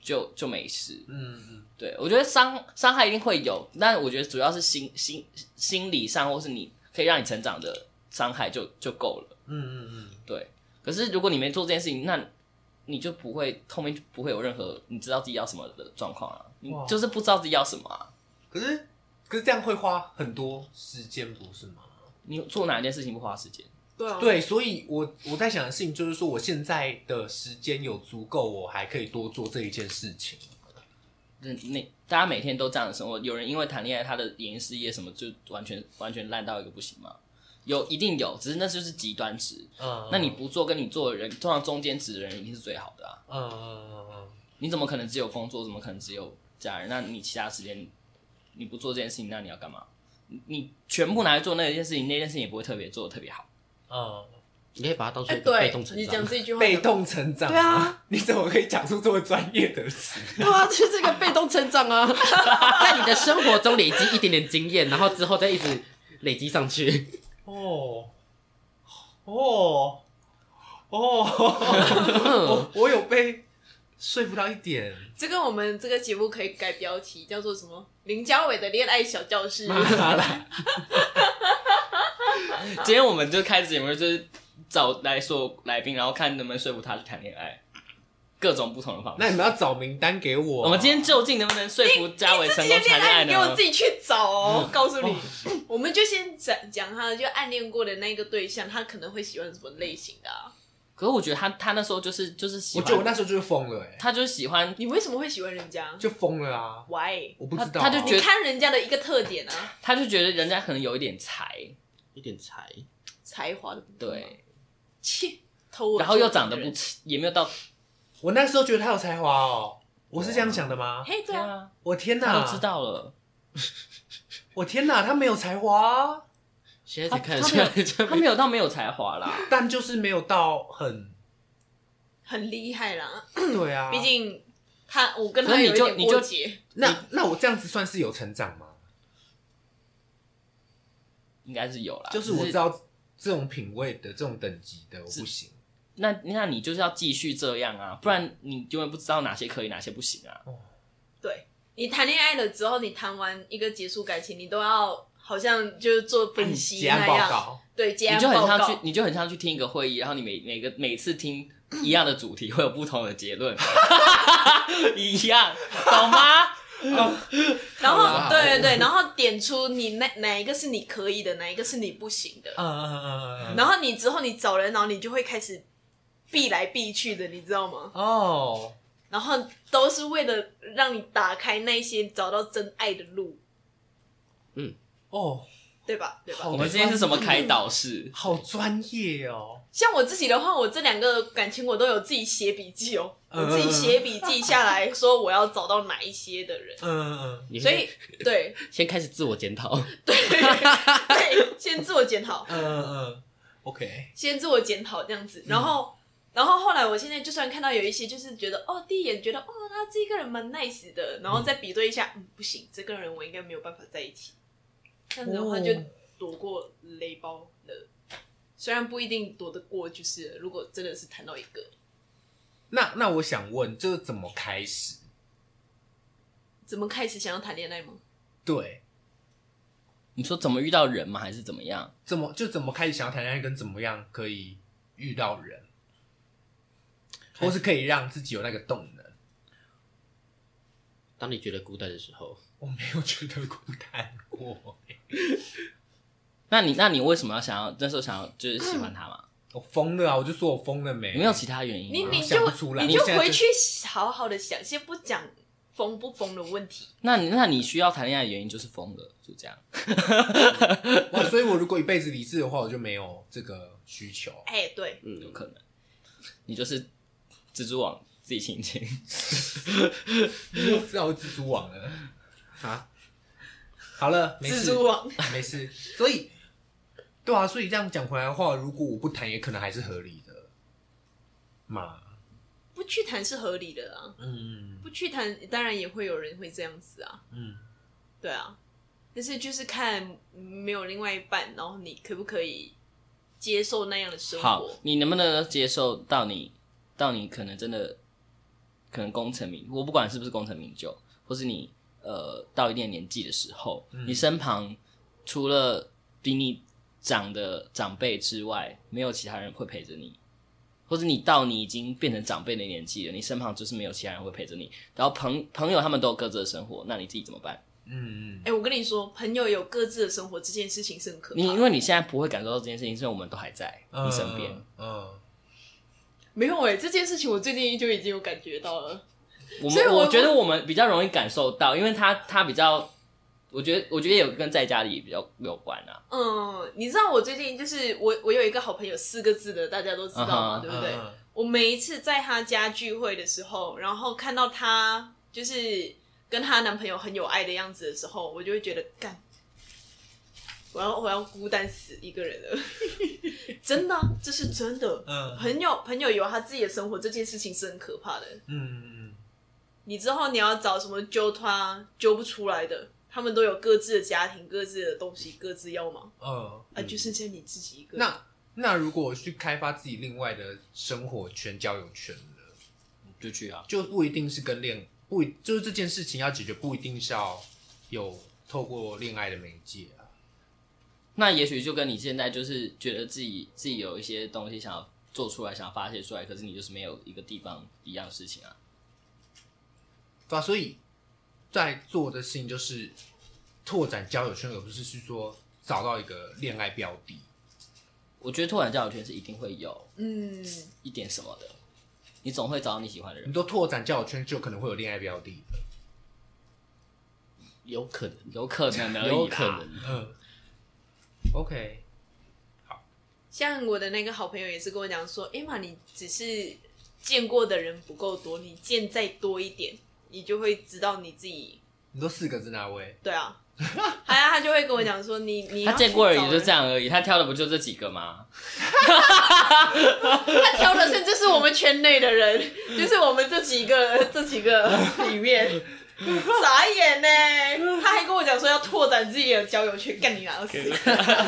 Speaker 4: 就就没事。
Speaker 1: 嗯嗯，
Speaker 4: 对，我觉得伤伤害一定会有，但我觉得主要是心心心理上，或是你可以让你成长的伤害就就够了。
Speaker 1: 嗯嗯
Speaker 4: 对，可是如果你没做这件事情，那你就不会后面就不会有任何你知道自己要什么的状况啊，你
Speaker 1: 哇
Speaker 4: 就是不知道自己要什么啊。
Speaker 1: 嗯。可是可是这样会花很多时间，不是吗？
Speaker 4: 你做哪一件事情不花时间？
Speaker 2: 对
Speaker 4: 哎
Speaker 2: 啊，
Speaker 1: 对，所以我我在想的事情就是说，我现在的时间有足够，我还可以多做这一件事情。
Speaker 4: 那大家每天都这样的生活，有人因为谈恋爱，他的演艺事业什么就完全完全烂到一个不行吗？有，一定有，只是那就是极端值。
Speaker 1: 嗯
Speaker 4: 那你不做跟你做的人，通常中间值的人一定是最好的啊。
Speaker 1: 嗯嗯嗯
Speaker 4: 你怎么可能只有工作？怎么可能只有家人？那你其他时间你不做这件事情，那你要干嘛？你你全部拿来做那件事情，那件事情也不会特别做的特别好。
Speaker 1: 嗯
Speaker 3: 你可以把它当
Speaker 2: 哎、
Speaker 3: 成一个被
Speaker 2: 对
Speaker 3: 动，成
Speaker 2: 你
Speaker 3: 长
Speaker 2: 讲。这句
Speaker 1: 嗯，
Speaker 2: 话，
Speaker 1: 被，动成长。
Speaker 3: 对啊，
Speaker 1: 你怎么可以讲出这么专业的词？
Speaker 3: 对啊，就是这个被动成长啊，在你的生活中累积一点点经验，然后之后再一直累积上去。
Speaker 1: 哦哦 哦，
Speaker 3: 嗯，
Speaker 1: 我我有被说服到一点。
Speaker 2: 这个我们这个节目可以改标题，叫做什么？林家伟的恋爱小教室。
Speaker 4: 今天我们就开始节目，就是找来说来宾，然后看能不能说服他去谈恋爱，各种不同的方式。
Speaker 1: 那你们要找名单给我。啊
Speaker 4: 我们今天究竟能不能说服嘉伟成功
Speaker 2: 这些恋
Speaker 4: 谈恋爱
Speaker 2: 爱你给我
Speaker 4: 呢嗯
Speaker 2: 自？己去找哦，告诉你，我们就先讲讲他就暗恋过的那个对象，他可能会喜欢什么类型的啊？
Speaker 4: 可是我觉得他他那时候就是就是喜
Speaker 1: 我觉得我
Speaker 4: 欢，
Speaker 1: 那时候就是疯了、哎，
Speaker 4: 他就是喜欢，
Speaker 2: 你为什么会喜欢人家
Speaker 1: 就疯了啊！
Speaker 2: ？Why？
Speaker 1: 我不知道啊、
Speaker 4: 他他就觉
Speaker 2: 你
Speaker 4: 得
Speaker 2: 看人家的一个特点啊，
Speaker 4: 他就觉得人家可能有一点才，
Speaker 3: 有点柴，
Speaker 2: 才华的部分嘛，
Speaker 4: 对，
Speaker 2: 切，偷我，
Speaker 4: 然后又长得不，也没有到，
Speaker 1: 我那时候觉得他有才华哦。我是这样想的吗？
Speaker 2: 嘿，对
Speaker 4: 对
Speaker 2: 啊，
Speaker 4: 啊，
Speaker 1: 我天
Speaker 4: 他
Speaker 1: 哪！
Speaker 4: 都知道了，
Speaker 1: 我天哪，他没有才华、啊，
Speaker 3: 现在才看得
Speaker 4: 他
Speaker 3: 出
Speaker 4: 没
Speaker 3: 来就
Speaker 4: 有 他没有到没有才华啦，
Speaker 1: 但就是没有到很
Speaker 2: 很厉害啦，
Speaker 1: 对啊。
Speaker 2: 毕竟他我跟
Speaker 4: 所
Speaker 2: 他
Speaker 4: 以你
Speaker 2: 有一
Speaker 4: 就
Speaker 2: 点
Speaker 4: 你
Speaker 2: 过
Speaker 4: 就
Speaker 2: 节，
Speaker 1: 那那我这样子算是有成长吗？
Speaker 4: 应该是有啦。
Speaker 1: 就是我知道这种品味的这种等级的我不行。
Speaker 4: 那那你就是要继续这样啊，不然你永远不知道哪些可以，哪些不行啊。
Speaker 2: 对你谈恋爱了之后，你谈完一个结束感情，你都要好像就是做分析
Speaker 1: 嗯结案
Speaker 2: 那
Speaker 1: 报
Speaker 2: 样，
Speaker 1: 告，
Speaker 2: 对，结
Speaker 4: 你
Speaker 2: 案
Speaker 4: 就很
Speaker 2: 报
Speaker 4: 像去
Speaker 2: 告，，
Speaker 4: 你就很像去听一个会议，然后你每每个每次听一样的主题，会有不同的 结论， 一样，懂吗？
Speaker 2: 然后
Speaker 3: 哇
Speaker 2: 对对对，然后点出你哪哪一个是你可以的，哪一个是你不行的，
Speaker 1: 嗯嗯嗯嗯嗯。
Speaker 2: 然后你之后你找人，然后你就会开始避来避去的，你知道吗？
Speaker 1: 哦，
Speaker 2: 然后都是为了让你打开那些找到真爱的路，
Speaker 1: 哦，
Speaker 2: 对吧？对吧？
Speaker 1: 好
Speaker 4: 我们今天是什么开导式？
Speaker 1: 好专业哦。
Speaker 2: 像我自己的话，我这两个感情我都有自己写笔记哦，
Speaker 1: 嗯
Speaker 2: 我自己写笔记下来说我要找到哪一些的人，
Speaker 1: 嗯嗯
Speaker 3: 你
Speaker 2: 所以对
Speaker 3: 先开始自我检讨。
Speaker 2: 对，先自我检讨，
Speaker 1: 嗯嗯嗯，OK。
Speaker 2: 先自我检讨这样子，然
Speaker 1: 嗯
Speaker 2: 后。然后后来，我现在就算看到有一些，就是觉得哦，第一眼觉得哦，他这个人蛮 nice 的，然后再比对一下，嗯，不行，这个人我应该没有办法在一起。这样子的话
Speaker 1: 哦
Speaker 2: 就躲过雷包了，虽然不一定躲得过，就是如果真的是谈到一个，
Speaker 1: 那那我想问，这怎么开始？
Speaker 2: 怎么开始想要谈恋爱
Speaker 1: 嗯
Speaker 2: 吗？
Speaker 1: 对，
Speaker 4: 你说怎么遇到人吗？还是怎么样？
Speaker 1: 怎么就怎么开始想要谈恋爱，跟怎么样可以遇到人，或是可以让自己有那个动能。
Speaker 3: 当你觉得孤单的时候，
Speaker 1: 我没有觉得孤单过，
Speaker 4: 那你那你为什么要想要那时候想要就是喜欢他嘛？
Speaker 1: 我疯了啊！我就说我疯了没？
Speaker 4: 有没有其他原因
Speaker 2: 你
Speaker 4: 吗？
Speaker 2: 你
Speaker 1: 想
Speaker 2: 就
Speaker 1: 不出来
Speaker 2: 你就
Speaker 1: 我现在
Speaker 2: 回
Speaker 1: 就
Speaker 2: 去好好的想，先不讲疯不疯的问题，
Speaker 4: 那你那你需要谈恋爱的原因就是疯了，就这样。
Speaker 1: 哇，所以我如果一辈子理智的话，我就没有这个需求。
Speaker 2: 哎、对，
Speaker 3: 嗯
Speaker 4: 有可能，你就是蜘蛛网自己亲亲。
Speaker 1: 我知道我蜘蛛网了 啊！好了，没
Speaker 2: 蜘
Speaker 1: 事，
Speaker 2: 蛛网，
Speaker 1: 没事。所以，对啊，所以这样讲回来的话，如果我不谈，也可能还是合理的嘛。
Speaker 2: 不去谈是合理的啊，
Speaker 1: 嗯
Speaker 2: 不去谈当然也会有人会这样子啊，
Speaker 1: 嗯，
Speaker 2: 对啊，但是就是看没有另外一半，然后你可不可以接受那样的生
Speaker 4: 好
Speaker 2: 活？，
Speaker 4: 你能不能接受到你到你可能真的可能功成名，我不管是不是功成名就，或是你呃到一定的年纪的时候，
Speaker 2: 嗯
Speaker 4: 你身旁除了比你长的长辈之外，没有其他人会陪着你。或者你到你已经变成长辈的年纪了，你身旁就是没有其他人会陪着你，然后朋朋友他们都有各自的生活，那你自己怎么办？
Speaker 1: 嗯嗯
Speaker 2: 哎、，我跟你说，朋友有各自的生活这件事情是很可
Speaker 4: 你
Speaker 2: 怕
Speaker 4: 因
Speaker 2: 的。
Speaker 4: 为你现在不会感受到这件事情，是因为我们都还在你身边。
Speaker 1: 嗯，嗯，
Speaker 2: 没有哎、这件事情我最近就已经有感觉到了。
Speaker 4: 我
Speaker 2: 所以
Speaker 4: 们
Speaker 2: 我
Speaker 4: 我觉得我们比较容易感受到，因为他他比较，我觉得我觉得有跟在家里比较有关啊。
Speaker 2: 嗯，你知道我最近就是我我有一个好朋友，四个字的大家都知道嘛
Speaker 4: 嗯哼
Speaker 2: 对不对？
Speaker 1: 嗯
Speaker 2: 我每一次在她家聚会的时候，然后看到她就是跟她男朋友很有爱的样子的时候，我就会觉得干，我要我要孤单死一个人 了，真的啊、这是真的。
Speaker 1: 嗯
Speaker 2: 朋友朋友有他自己的生活，这件事情是很可怕的。
Speaker 1: 嗯
Speaker 2: 你之后你要找什么揪他揪不出来的，他们都有各自的家庭、各自的东西、各自要忙
Speaker 1: 嗯嗯。
Speaker 2: 啊，就剩下你自己一个。
Speaker 1: 那那如果我去开发自己另外的生活圈、交友圈呢，
Speaker 4: 就去啊，
Speaker 1: 就不一定是跟恋，不一就是这件事情要解决，不一定是要有透过恋爱的媒介啊。
Speaker 4: 那也许就跟你现在就是觉得自己自己有一些东西想要做出来，想要发泄出来，可是你就是没有一个地方一样的事情啊。
Speaker 1: 对啊，所以在做的事情就是拓展交友圈，而不是去说找到一个恋爱标的。
Speaker 4: 我觉得拓展交友圈是一定会有
Speaker 2: 嗯，
Speaker 4: 一点什么的，你总会找到你喜欢的
Speaker 1: 你
Speaker 4: 人，
Speaker 1: 都拓展交友圈，就可能会有恋爱标的。
Speaker 3: 有可能，
Speaker 4: 有可能而已啦
Speaker 3: 有可能。
Speaker 1: 嗯，OK，
Speaker 2: 像我的那个好朋友也是跟我讲说，哎、玛，你只是见过的人不够多，你见再多一点，你就会知道你自己。
Speaker 1: 你都四个字哪位？
Speaker 2: 对啊，还有他就会跟我讲说，你你要
Speaker 4: 他见过的
Speaker 2: 去
Speaker 4: 人
Speaker 2: 找
Speaker 4: 也就这，样而已，他挑的不就这几个吗？
Speaker 2: 他挑的甚至是我们圈内的人， 就是我们这几个 这几个里面。傻眼呢！他还跟我讲说要拓展自己的交友圈，干你老死！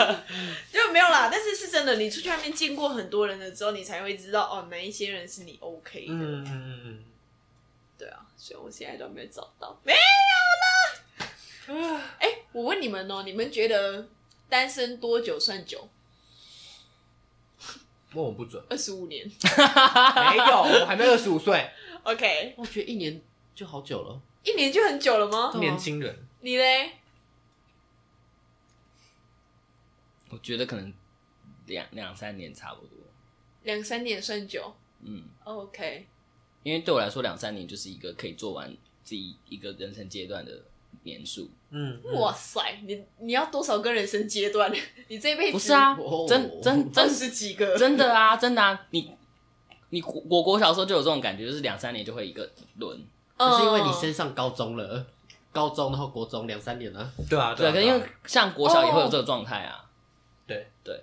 Speaker 2: 就没有啦，但是是真的，你出去外面见过很多人了之后，你才会知道哦，哪一些人是你 OK 的。
Speaker 1: 嗯嗯嗯嗯。
Speaker 2: 对啊，所以我现在都没有找到，没有啦。哎、我问你们哦、你们觉得单身多久算久？
Speaker 1: 问我不准，
Speaker 2: 二十五年。
Speaker 1: 没有，我还没二十五岁，
Speaker 2: OK，
Speaker 3: 我觉得一年就好久了，
Speaker 2: 一年就很久了吗？
Speaker 1: 年轻人。
Speaker 2: 你嘞？
Speaker 4: 我觉得可能两两三年差不多，
Speaker 2: 两三年算久
Speaker 4: 嗯，
Speaker 2: ？OK，
Speaker 4: 因为对我来说两三年就是一个可以做完自己一个人生阶段的年数。
Speaker 1: 嗯，
Speaker 2: 哇塞，你你要多少个人生阶段？ 你这辈子
Speaker 4: 不是啊
Speaker 3: 哦，
Speaker 4: 真 真
Speaker 2: 二
Speaker 4: 真
Speaker 2: 十几个，
Speaker 4: 真的啊，真的啊，你你我我国小时候就有这种感觉，就是两三年就会一个轮，
Speaker 2: 嗯
Speaker 3: 就是因为你升上高中了，高中然后国中两三年了，
Speaker 1: 对啊，
Speaker 4: 对，
Speaker 1: 啊，
Speaker 4: 可
Speaker 1: 啊
Speaker 4: 因为像国小也会有这个状态啊，
Speaker 1: 对
Speaker 4: 对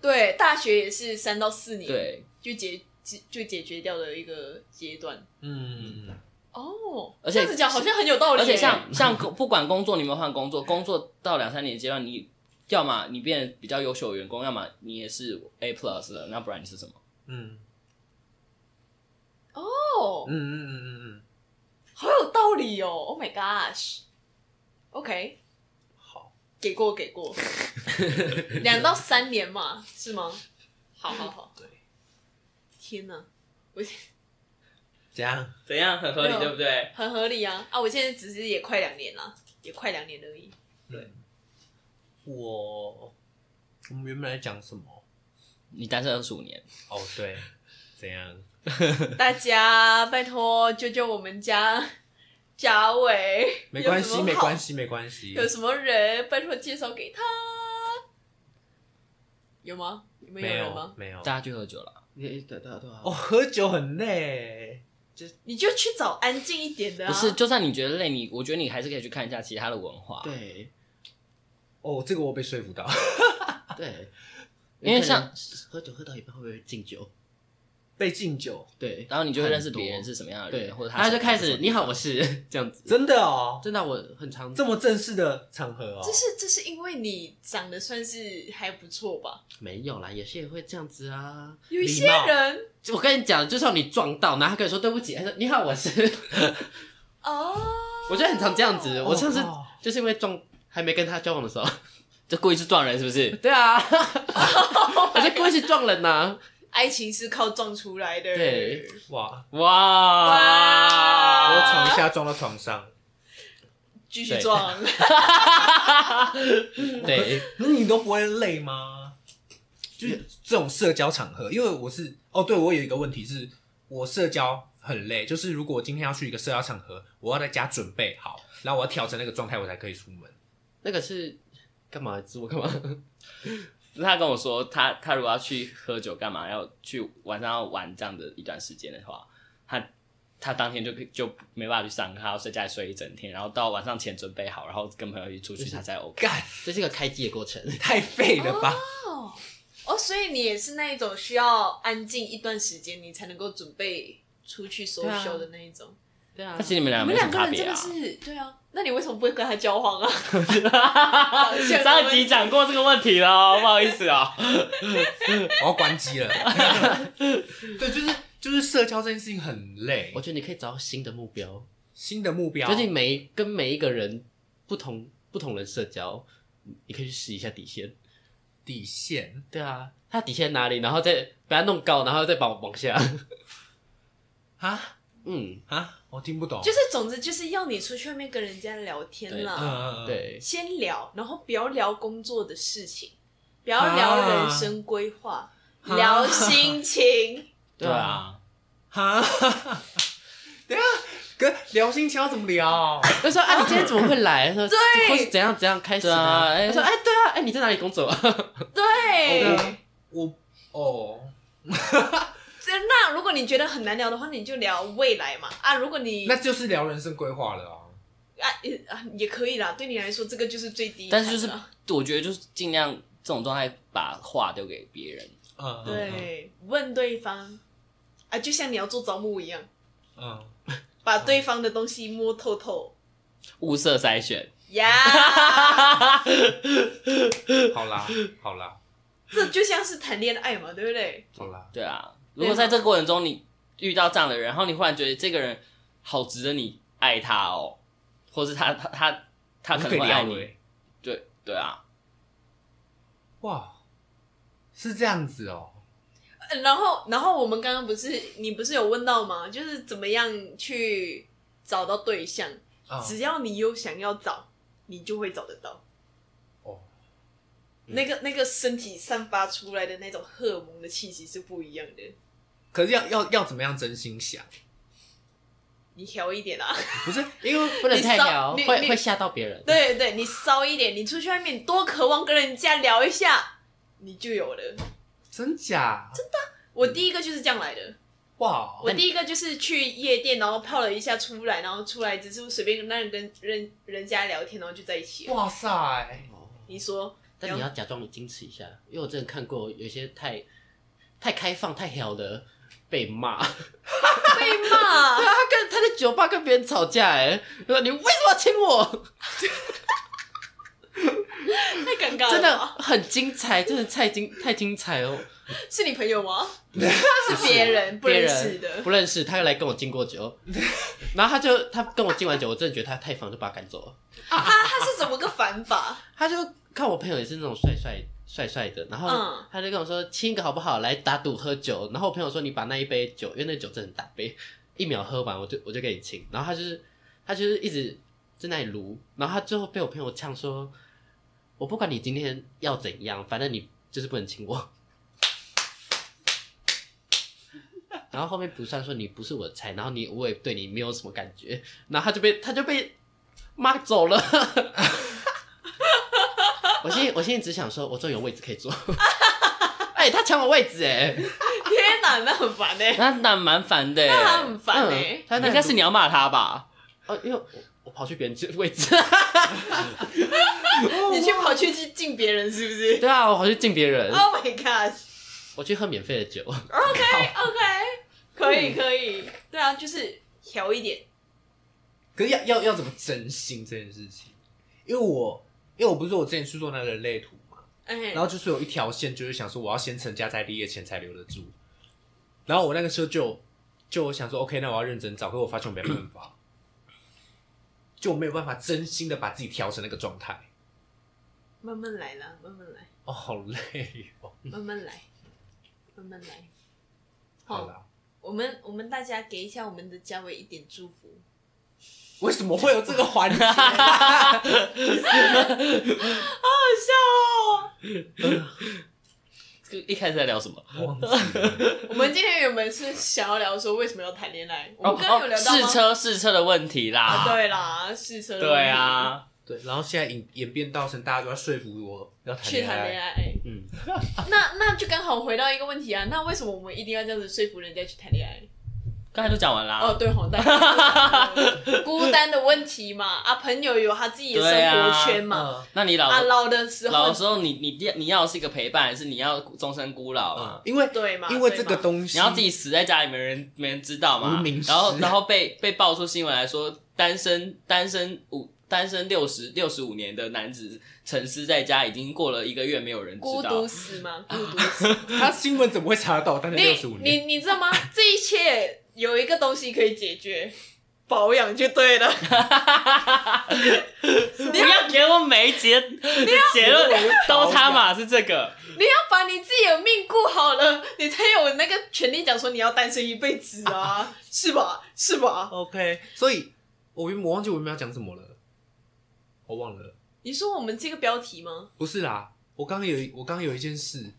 Speaker 2: 对大学也是三到四年，，
Speaker 4: 对，
Speaker 2: 就解就就解决掉的一个阶段。
Speaker 1: 嗯，嗯嗯
Speaker 2: 哦，
Speaker 4: 而
Speaker 2: 这
Speaker 4: 且
Speaker 2: 样子讲好像很有道理耶，
Speaker 4: 而且像像工不管工作你有没有换工作，工作到两三年阶段，你要么你变得比较优秀的员工，要么你也是 A plus 了，那不然你是什么？
Speaker 1: 嗯
Speaker 2: 哦
Speaker 1: 嗯，嗯嗯嗯嗯，
Speaker 2: 好有道理哦！Oh my gosh，OK，、OK，
Speaker 1: 好，
Speaker 2: 给过给 过，两到三年嘛，是吗？好好好，
Speaker 1: 对，
Speaker 2: 天哪，
Speaker 1: 怎样？
Speaker 4: 怎样很合
Speaker 2: 没有
Speaker 4: 对？
Speaker 2: 很合理啊！啊，我现在只是也快两年啦，也快两年而已。
Speaker 1: 我我们原本来讲什么？
Speaker 4: 你单身二十五年，
Speaker 1: 哦，对，怎样？
Speaker 2: 大家拜托救救我们家贾伟，
Speaker 1: 没关系，没关
Speaker 2: 系，
Speaker 1: 系，没关系
Speaker 2: 有。什么人拜托介绍给他？有吗？你们有
Speaker 1: 没
Speaker 2: 人
Speaker 1: 有
Speaker 2: 吗？
Speaker 1: 没有，
Speaker 4: 大家去喝酒了。
Speaker 3: 你对对对啊，
Speaker 1: 哦，喝酒很累，
Speaker 2: 你就去找安静一点的啊！
Speaker 4: 不是，就算你觉得累，你我觉得你还是可以去看一下其他的文化。，
Speaker 3: 对
Speaker 1: 哦，这个我被说服到。
Speaker 3: 对，
Speaker 4: 因为像
Speaker 3: 喝酒喝到一半会不会敬酒？
Speaker 1: 被敬酒，
Speaker 3: 对，
Speaker 4: 然后你就会认识
Speaker 3: 很多
Speaker 4: 别人是什么样的
Speaker 3: 对，
Speaker 4: 人，或者
Speaker 3: 他就开始你
Speaker 4: 好，
Speaker 3: 好，我是 这样子，
Speaker 1: 真的哦，
Speaker 3: 真的啊我很常
Speaker 1: 这么正式的场合哦
Speaker 2: 这，是这是因为你长得算是还不错吧？
Speaker 3: 没有啦，有些人会这样子啊。
Speaker 2: 有一些人
Speaker 3: 我跟你讲，就算你撞到，然后他跟你说对不起，他说你好，我是，
Speaker 2: 哦，
Speaker 3: 我觉得很常这样子。我上次
Speaker 1: 哦哦
Speaker 3: 就是因为撞，还没跟他交往的时候，
Speaker 4: 就故意去撞人，是不是？
Speaker 3: 对 啊，我就故意去撞人呐、
Speaker 2: 爱情是靠撞出来的。
Speaker 3: 对，
Speaker 1: 哇，
Speaker 4: 哇，
Speaker 1: 我
Speaker 2: 哇
Speaker 1: 床下撞到床上，
Speaker 2: 继续撞。
Speaker 3: 对，
Speaker 1: 那你都不会累吗？就是这种社交场合，因为我是哦，对我有一个问题是，我社交很累，就是如果今天要去一个社交场合，我要在家准备好，然后我要调整那个状态，我才可以出门。
Speaker 3: 那个是干嘛？自我干嘛？
Speaker 4: 他跟我说，他他如果要去喝酒干嘛，要去晚上要玩这样的一段时间的话，他他当天就可以就没办法去上课，他要在家里睡一整天，然后到晚上前准备好，然后跟朋友一起出去，他才 OK。
Speaker 1: 干，
Speaker 3: 这是一个开机的过程。
Speaker 1: 太废了吧！
Speaker 2: 哦哦，所以你也是那一种需要安静一段时间，你才能够准备出去 social 的那一种。
Speaker 3: 对啊
Speaker 4: 那其实你们俩
Speaker 2: 你
Speaker 4: 没
Speaker 2: 们
Speaker 4: 什
Speaker 2: 两
Speaker 4: 么
Speaker 2: 个人
Speaker 4: 差别
Speaker 2: 真的
Speaker 4: 啊。
Speaker 2: 是对啊，那你为什么不会跟他交往啊？
Speaker 4: 上一集讲过这个问题了哦，不好意思 哦。
Speaker 1: 我要关机了。 对，就是就是社交这件事情很累
Speaker 3: 我。觉得你可以找到新的目标，
Speaker 1: 新的目标
Speaker 3: 就是你每一跟每一个人不同不同人社交，你可以去试一下底线。
Speaker 1: 底线，
Speaker 3: 对啊，他底线哪里，然后再把它弄高，然后再把我往下。
Speaker 1: 啊
Speaker 3: 嗯，
Speaker 1: 啊，我听不懂。
Speaker 2: 就是总之就是要你出去外面跟人家聊天
Speaker 1: 嗯
Speaker 2: 啦，
Speaker 1: 嗯嗯，
Speaker 3: 对，
Speaker 2: 先聊，然后不要聊工作的事情，不要聊人生规划，
Speaker 1: 啊
Speaker 2: 聊心情。
Speaker 3: 对啊。
Speaker 1: 哈， 等一下跟聊心情要怎么聊？
Speaker 3: 他说：“啊，你今天怎么会来？”他说：“
Speaker 2: 对
Speaker 3: 或是怎样怎样开始
Speaker 4: 对 啊，
Speaker 3: 的。”
Speaker 4: 哎
Speaker 3: 他，说：“哎，对啊，哎，你在哪里工作啊？
Speaker 2: 对，
Speaker 1: 哦我哦，
Speaker 2: 这那如果你觉得很难聊的话，你就聊未来嘛。啊，如果你
Speaker 1: 那就是聊人生规划了啊。
Speaker 2: 啊也啊也可以啦，对你来说这个就是最低坎
Speaker 4: 但
Speaker 2: 了。
Speaker 4: 是就是我觉得就是尽量这种状态把话丢给别人。
Speaker 1: 嗯，嗯，
Speaker 2: 对，问对方啊，就像你要做招募一样，
Speaker 1: 嗯，
Speaker 2: 把对方的东西摸透透
Speaker 4: 物色筛选，
Speaker 2: 呀。
Speaker 1: 嗯好啦，好啦，
Speaker 2: 这就像是谈恋爱嘛，对不对？
Speaker 1: 好啦，
Speaker 4: 对啊。如果在这个过程中你遇到这样的人，然后你忽然觉得这个人好值得你爱他哦，或是他他他他
Speaker 1: 我
Speaker 4: 可
Speaker 1: 可以
Speaker 4: 能会爱
Speaker 1: 聊
Speaker 4: 你，
Speaker 1: 欸
Speaker 4: 对对啊，
Speaker 1: 哇，是这样子哦。
Speaker 2: 呃然后，然后我们刚刚不是你不是有问到吗？就是怎么样去找到对象？
Speaker 1: 啊
Speaker 2: 只要你有想要找，你就会找得到。
Speaker 1: 哦，
Speaker 2: 那个那个身体散发出来的那种荷尔蒙的气息是不一样的。
Speaker 1: 可是要要要怎么样真心想？
Speaker 2: 你调一点啊！
Speaker 1: 不是因为
Speaker 3: 不能太
Speaker 2: 你骚
Speaker 3: 聊，
Speaker 2: 你
Speaker 3: 会
Speaker 2: 你
Speaker 3: 会吓到别人。
Speaker 2: 对对对，你骚一点，你出去外面多渴望跟人家聊一下，你就有了。
Speaker 1: 真假？
Speaker 2: 我第一个就是这样来的。
Speaker 1: 哇，
Speaker 2: 我第一个就是去夜店，然后泡了一下出来，然后出来只是随便跟那人跟人人家聊天，然后就在一起了。
Speaker 1: 哇塞，
Speaker 3: 哦
Speaker 2: 你说，
Speaker 3: 但你要假装矜持一下，因为我之前看过有一些太太开放、太屌的被骂。
Speaker 2: 被骂
Speaker 3: 对啊，他跟他在酒吧跟别人吵架，哎，他说你为什么要亲我？
Speaker 2: 太尴尬了，
Speaker 3: 真的，很精彩，真的太精太精彩哦！
Speaker 2: 是你朋友吗？是别人不
Speaker 3: 别
Speaker 2: 认识
Speaker 3: 人
Speaker 2: 的
Speaker 3: 不，认识，他来跟我敬过酒， 然后他就他跟我敬完酒，我真的觉得他太烦，就把他赶走了。
Speaker 2: 他他是怎么个反法？
Speaker 3: 他就看我朋友也是那种帅帅帅帅的，然后
Speaker 2: 嗯
Speaker 3: 他就跟我说亲一个好不好，来打赌喝酒。然后我朋友说你把那一杯酒，因为那酒真的很大杯，一秒喝完我就我就给你亲。然后他就是他就是一直在那里撸，然后他最后被我朋友呛说，我不管你今天要怎样，反正你就是不能亲我。 然后后面不算说你不是我的菜，然后你我也对你没有什么感觉，然后他就被他就被骂走了。我现在我现在只想说，我终于有位置可以坐。哎、他抢我位置哎、
Speaker 2: 天哪，那很烦欸呢、
Speaker 4: 那那蛮烦的欸。
Speaker 2: 那他很烦欸呢、
Speaker 3: 嗯，他那
Speaker 4: 应该是你要骂他吧？
Speaker 3: 哦，因为我我跑去别人的位置。
Speaker 2: 你去跑去去敬别人是不是
Speaker 3: 对啊，我跑去敬别人，
Speaker 2: ？Oh my god！
Speaker 3: 我去喝免费的酒。
Speaker 2: OK OK，可以可以，对啊，就是调一点，
Speaker 1: 可是要要要怎么真心这件事情？因为我因为我不是说我之前去做那人类图嘛，
Speaker 2: 哎
Speaker 1: 然，后就是有一条线，就是想说我要先成家再立业，钱才留得住。然后我那个时候就就想说，OK，那我要认真找，可我发现我没办法，就没有办法真心的把自己调成那个状态。
Speaker 2: 慢慢来啦，慢慢来，
Speaker 1: 哦，好累哦。
Speaker 2: 慢慢来，慢慢来。
Speaker 1: 好，啦，
Speaker 2: 我们我们大家给一下我们的嘉伟一点祝福。
Speaker 1: 为什么会有这个环节？
Speaker 2: 好笑哦！
Speaker 4: 一开始在聊什么？
Speaker 1: 忘记了
Speaker 2: 我们今天原本是想要聊说为什么要谈恋爱，我们刚刚有
Speaker 4: 哦，
Speaker 2: 聊到吗
Speaker 4: 试？车试车的问题
Speaker 2: 啊，
Speaker 4: 啦，
Speaker 2: 对啦，试车的问题
Speaker 4: 对，啊，
Speaker 1: 对，然后现在演演变到成大家都要说服我要谈
Speaker 2: 去
Speaker 1: 恋
Speaker 2: 谈
Speaker 1: 爱
Speaker 2: 恋，爱，
Speaker 3: 嗯，
Speaker 2: 那那就刚好回到一个问题啊，那为什么我们一定要这样子说服人家去谈恋爱？
Speaker 4: 刚才都讲完
Speaker 2: 哦，
Speaker 4: 啦。
Speaker 2: 对，好，大家孤单的问题嘛，啊，朋友有他自己的
Speaker 4: 对
Speaker 2: 生活
Speaker 4: 啊
Speaker 2: 圈嘛，
Speaker 1: 嗯
Speaker 4: 那你老
Speaker 2: 啊，老的时
Speaker 4: 老
Speaker 2: 候
Speaker 4: 的时候，你你你要是一个陪伴，还是你要终身孤老啊？
Speaker 1: 嗯因为
Speaker 2: 对嘛，
Speaker 1: 因为
Speaker 2: 对
Speaker 1: 这个
Speaker 2: 嘛
Speaker 1: 东西，
Speaker 4: 你要自己死在家里，没人没人知道嘛
Speaker 1: 无名。氏
Speaker 4: 然后然后被被爆出新闻来说，单身单身五单身六十六十五年的男子沉思在家，已经过了一个月，没有人
Speaker 2: 孤
Speaker 4: 知
Speaker 2: 独
Speaker 4: 道。
Speaker 2: 死嘛，孤独死。
Speaker 1: 他新闻怎么会查得到？但是六十
Speaker 2: 你
Speaker 1: 五
Speaker 2: 你
Speaker 1: 年，
Speaker 2: 你知道吗？这一切有一个东西可以解决，保养就对了。
Speaker 4: 不要给我每一节的结论都他妈是这个，
Speaker 2: 你要把你自己的命顾好了，你才有那个权利讲说你要单身一辈子啊， 哦是吧？是吧？
Speaker 1: OK，所以我原我忘记我们要讲什么了，我忘了，
Speaker 2: 你说我们这个标题吗？
Speaker 1: 不是啦，我刚刚有一我刚刚有一件事，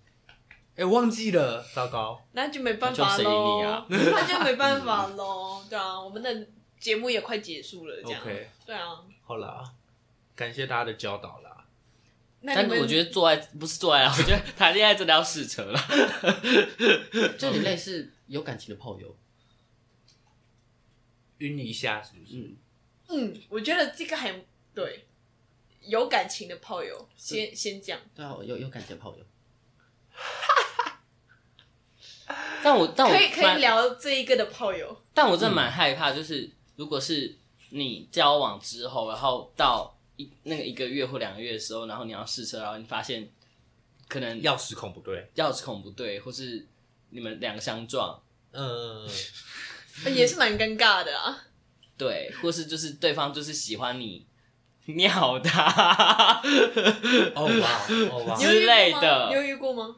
Speaker 1: 哎，忘记了，糟糕，
Speaker 2: 那就没办法喽，
Speaker 4: 那
Speaker 2: 那就没办法喽。 对啊，我们的节目也快结束了，这样。
Speaker 1: OK
Speaker 2: 对啊，
Speaker 1: 好啦，感谢大家的教导啦，
Speaker 2: 那
Speaker 4: 但
Speaker 2: 你们
Speaker 4: 我觉得做爱不是做爱啊，我觉得谈恋爱真的要试车了。
Speaker 3: 就有点类似有感情的炮友，
Speaker 1: 晕一下是不是？
Speaker 3: 嗯，
Speaker 2: 嗯，我觉得这个还对，有感情的炮友
Speaker 4: 嗯
Speaker 2: 先先讲，
Speaker 3: 对啊，有有感情的炮友，
Speaker 4: 但我但我
Speaker 2: 可以可
Speaker 4: 蛮
Speaker 2: 以聊这一个的炮友。
Speaker 4: 但我
Speaker 2: 嗯
Speaker 4: 真的蛮害怕，就是如果是你交往之后，然后到一那个一个月或两个月的时候，然后你要试车，然后你发现可能
Speaker 1: 钥匙孔不对，
Speaker 4: 钥匙孔不对，或是你们两个相撞，
Speaker 1: 嗯，
Speaker 2: 呃也是蛮尴尬的啊。
Speaker 4: 对，或是就是对方就是喜欢你 尿他，
Speaker 1: 哦哇哦哇
Speaker 2: 你，有遇过吗
Speaker 4: 之类的
Speaker 2: 你有遇过 吗？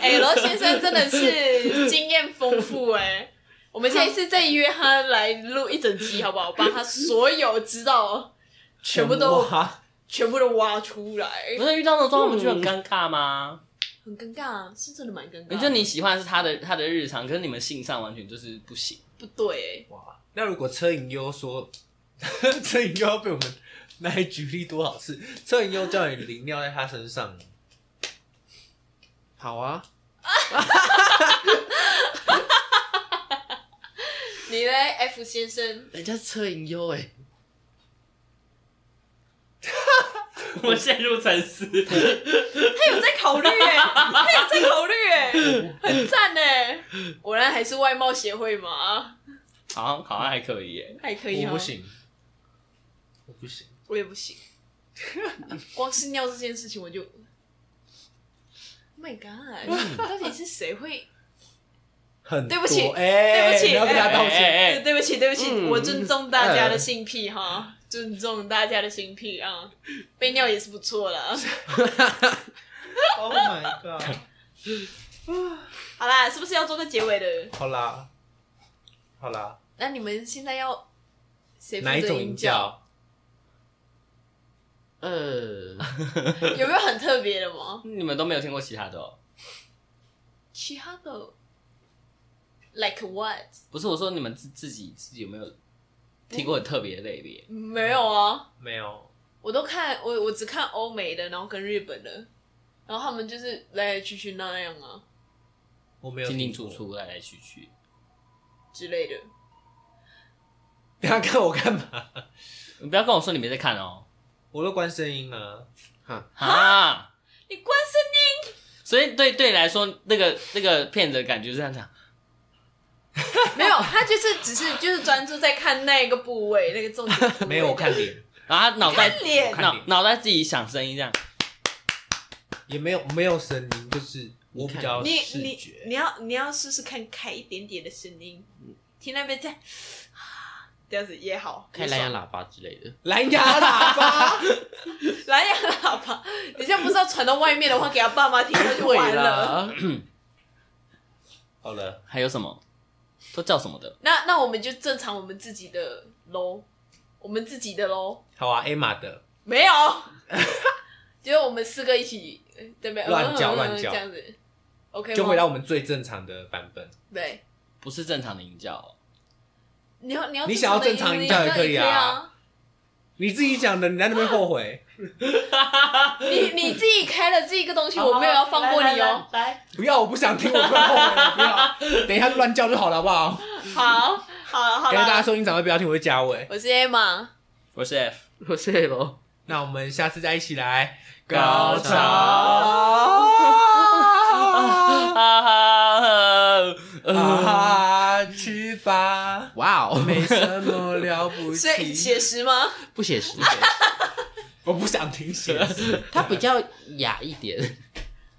Speaker 2: 哎、罗先生真的是经验丰富哎、我们下一次再约他来录一整集好不好？把他所有知道全部都
Speaker 1: 哇
Speaker 2: 全部都挖出来
Speaker 4: 不，是遇到那种状况不就很尴尬吗？
Speaker 2: 很尴尬啊，是真的蛮尴尬的。
Speaker 4: 你就你喜欢的是他的他的日常，可是你们性上完全就是不 行。
Speaker 2: 不对、
Speaker 1: 哇，那如果车银优说， 车银优要被我们拿来举例多少次？车银优叫你淋尿在他身上，
Speaker 3: 好啊，
Speaker 2: 你嘞，F 先生，
Speaker 3: 人家是车银优哎，
Speaker 4: 我陷入沉思，
Speaker 2: 他有在考虑哎、他有在考虑哎、很赞哎、果然还是外貌协会嘛，
Speaker 4: 好像好像还可以耶。
Speaker 2: 还可以
Speaker 1: 我
Speaker 2: 哦
Speaker 1: 不行，我不行。
Speaker 2: 我也不行。 光是尿这件事情，我就 Oh，My
Speaker 1: 嗯
Speaker 2: God，到底是谁会？
Speaker 1: 很
Speaker 2: 对不起
Speaker 1: 多 哎，
Speaker 2: 对不起
Speaker 1: 你要跟他道
Speaker 4: 哎
Speaker 1: 歉。嗯
Speaker 4: 哎
Speaker 2: 对不起，对不起，
Speaker 3: 嗯
Speaker 2: 我尊重大家的性癖哈，尊重大家的性癖啊，被尿也是不错的。
Speaker 1: Oh my god！
Speaker 2: 好啦，是不是要做个结尾的？
Speaker 1: 好啦，好啦，
Speaker 2: 那你们现在要谁负
Speaker 1: 哪一
Speaker 2: 责
Speaker 1: 种
Speaker 2: 引教？
Speaker 1: 教？
Speaker 3: 呃，
Speaker 2: 有没有很特别的吗？
Speaker 4: 你们都没有听过其他的哦？
Speaker 2: 其他的，like what？
Speaker 4: 不是，我说你们自自己自己有没有听过很特别的类别？
Speaker 2: 没有啊。
Speaker 1: 没有，
Speaker 2: 我都看我我只看欧美的，然后跟日本的，然后他们就是来来去去那样啊
Speaker 1: 我没有
Speaker 4: 进进
Speaker 1: 听
Speaker 4: 出
Speaker 1: 过。
Speaker 4: 出，来来去去。
Speaker 2: 之类的。
Speaker 1: 等下看我干嘛？
Speaker 4: 你不要跟我说你没在看哦。
Speaker 1: 我都关声音了。
Speaker 3: 哈，
Speaker 4: 啊，
Speaker 2: 你关声
Speaker 4: 所以对对你来说，那个那个骗子的感觉是这样讲。
Speaker 2: 音，没有，他就是只是就是专注在看那个部位，那个重点部位
Speaker 1: 没有，我看脸，
Speaker 4: 然后他脑袋
Speaker 2: 看脸
Speaker 1: 看
Speaker 4: 脑
Speaker 1: 脸
Speaker 4: 脑袋自己想声音这样，
Speaker 1: 也没有没有声音，就是我比较
Speaker 2: 你
Speaker 1: 视
Speaker 2: 你
Speaker 1: 觉。
Speaker 2: 你要你要试试看开一点点的声音，听那边在 啊这样子也好，
Speaker 3: 开啊蓝牙喇叭之类的，
Speaker 1: 蓝牙喇叭，
Speaker 2: 蓝牙喇叭，你这样不知道传到外面的话，给他爸妈听那就完了。
Speaker 3: 啦，
Speaker 1: 好了，
Speaker 4: 还有什么都叫什么的？
Speaker 2: 那那我们就正常我们自己的喽，我们自己的喽。
Speaker 1: 好啊，艾玛的。
Speaker 2: 没有，结果我们四个一起呃对不对？
Speaker 1: 乱叫
Speaker 2: 嗯嗯嗯
Speaker 1: 乱叫
Speaker 2: 这样子，OK
Speaker 1: 就
Speaker 2: 吗
Speaker 1: 回到我们最正常的版本。
Speaker 2: 对，
Speaker 4: 不是正常的营教哦、
Speaker 2: 你要你要
Speaker 1: 你想要正常
Speaker 2: 一
Speaker 1: 一叫也可
Speaker 2: 以
Speaker 1: 以啊。你自己讲的，你在那边后悔，
Speaker 2: 你你自己开了这个东西，我没有要放过你哦。。
Speaker 4: 来，
Speaker 1: 不要，我不想听，我不要后悔，不要，等一下就乱叫就好了，好不好？
Speaker 2: 好，好了好
Speaker 1: 感谢大家
Speaker 2: 了，
Speaker 1: 收听，长辈不要听，我是欸嘉伟。
Speaker 2: 我是 Emma，
Speaker 4: 我是 F，
Speaker 3: 我睡了，
Speaker 1: 那我们下次再一起来
Speaker 4: 高
Speaker 3: 潮
Speaker 1: 啊
Speaker 4: 哈哈，呃，
Speaker 1: 啊，去吧，
Speaker 3: 哇哦，
Speaker 1: 没什么了不
Speaker 2: 所以
Speaker 1: 起。
Speaker 2: 写实吗？
Speaker 3: 不写实，
Speaker 1: 我不想听写实，
Speaker 3: 它比较雅一点，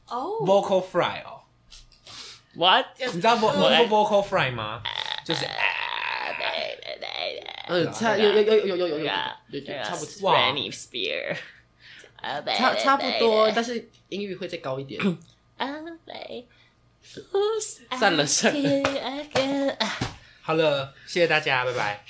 Speaker 2: 哦，
Speaker 1: vocal fry 哦，
Speaker 4: what？
Speaker 1: 你知道 vo
Speaker 4: 我
Speaker 1: vocal fry 吗？就是啊
Speaker 3: 嗯，差有有有有有有有有差不多，
Speaker 1: 哇
Speaker 4: Granny Spear，
Speaker 3: 差差不多，但是音域会再高一点。算了算了，
Speaker 1: 好了，谢谢大家，拜拜。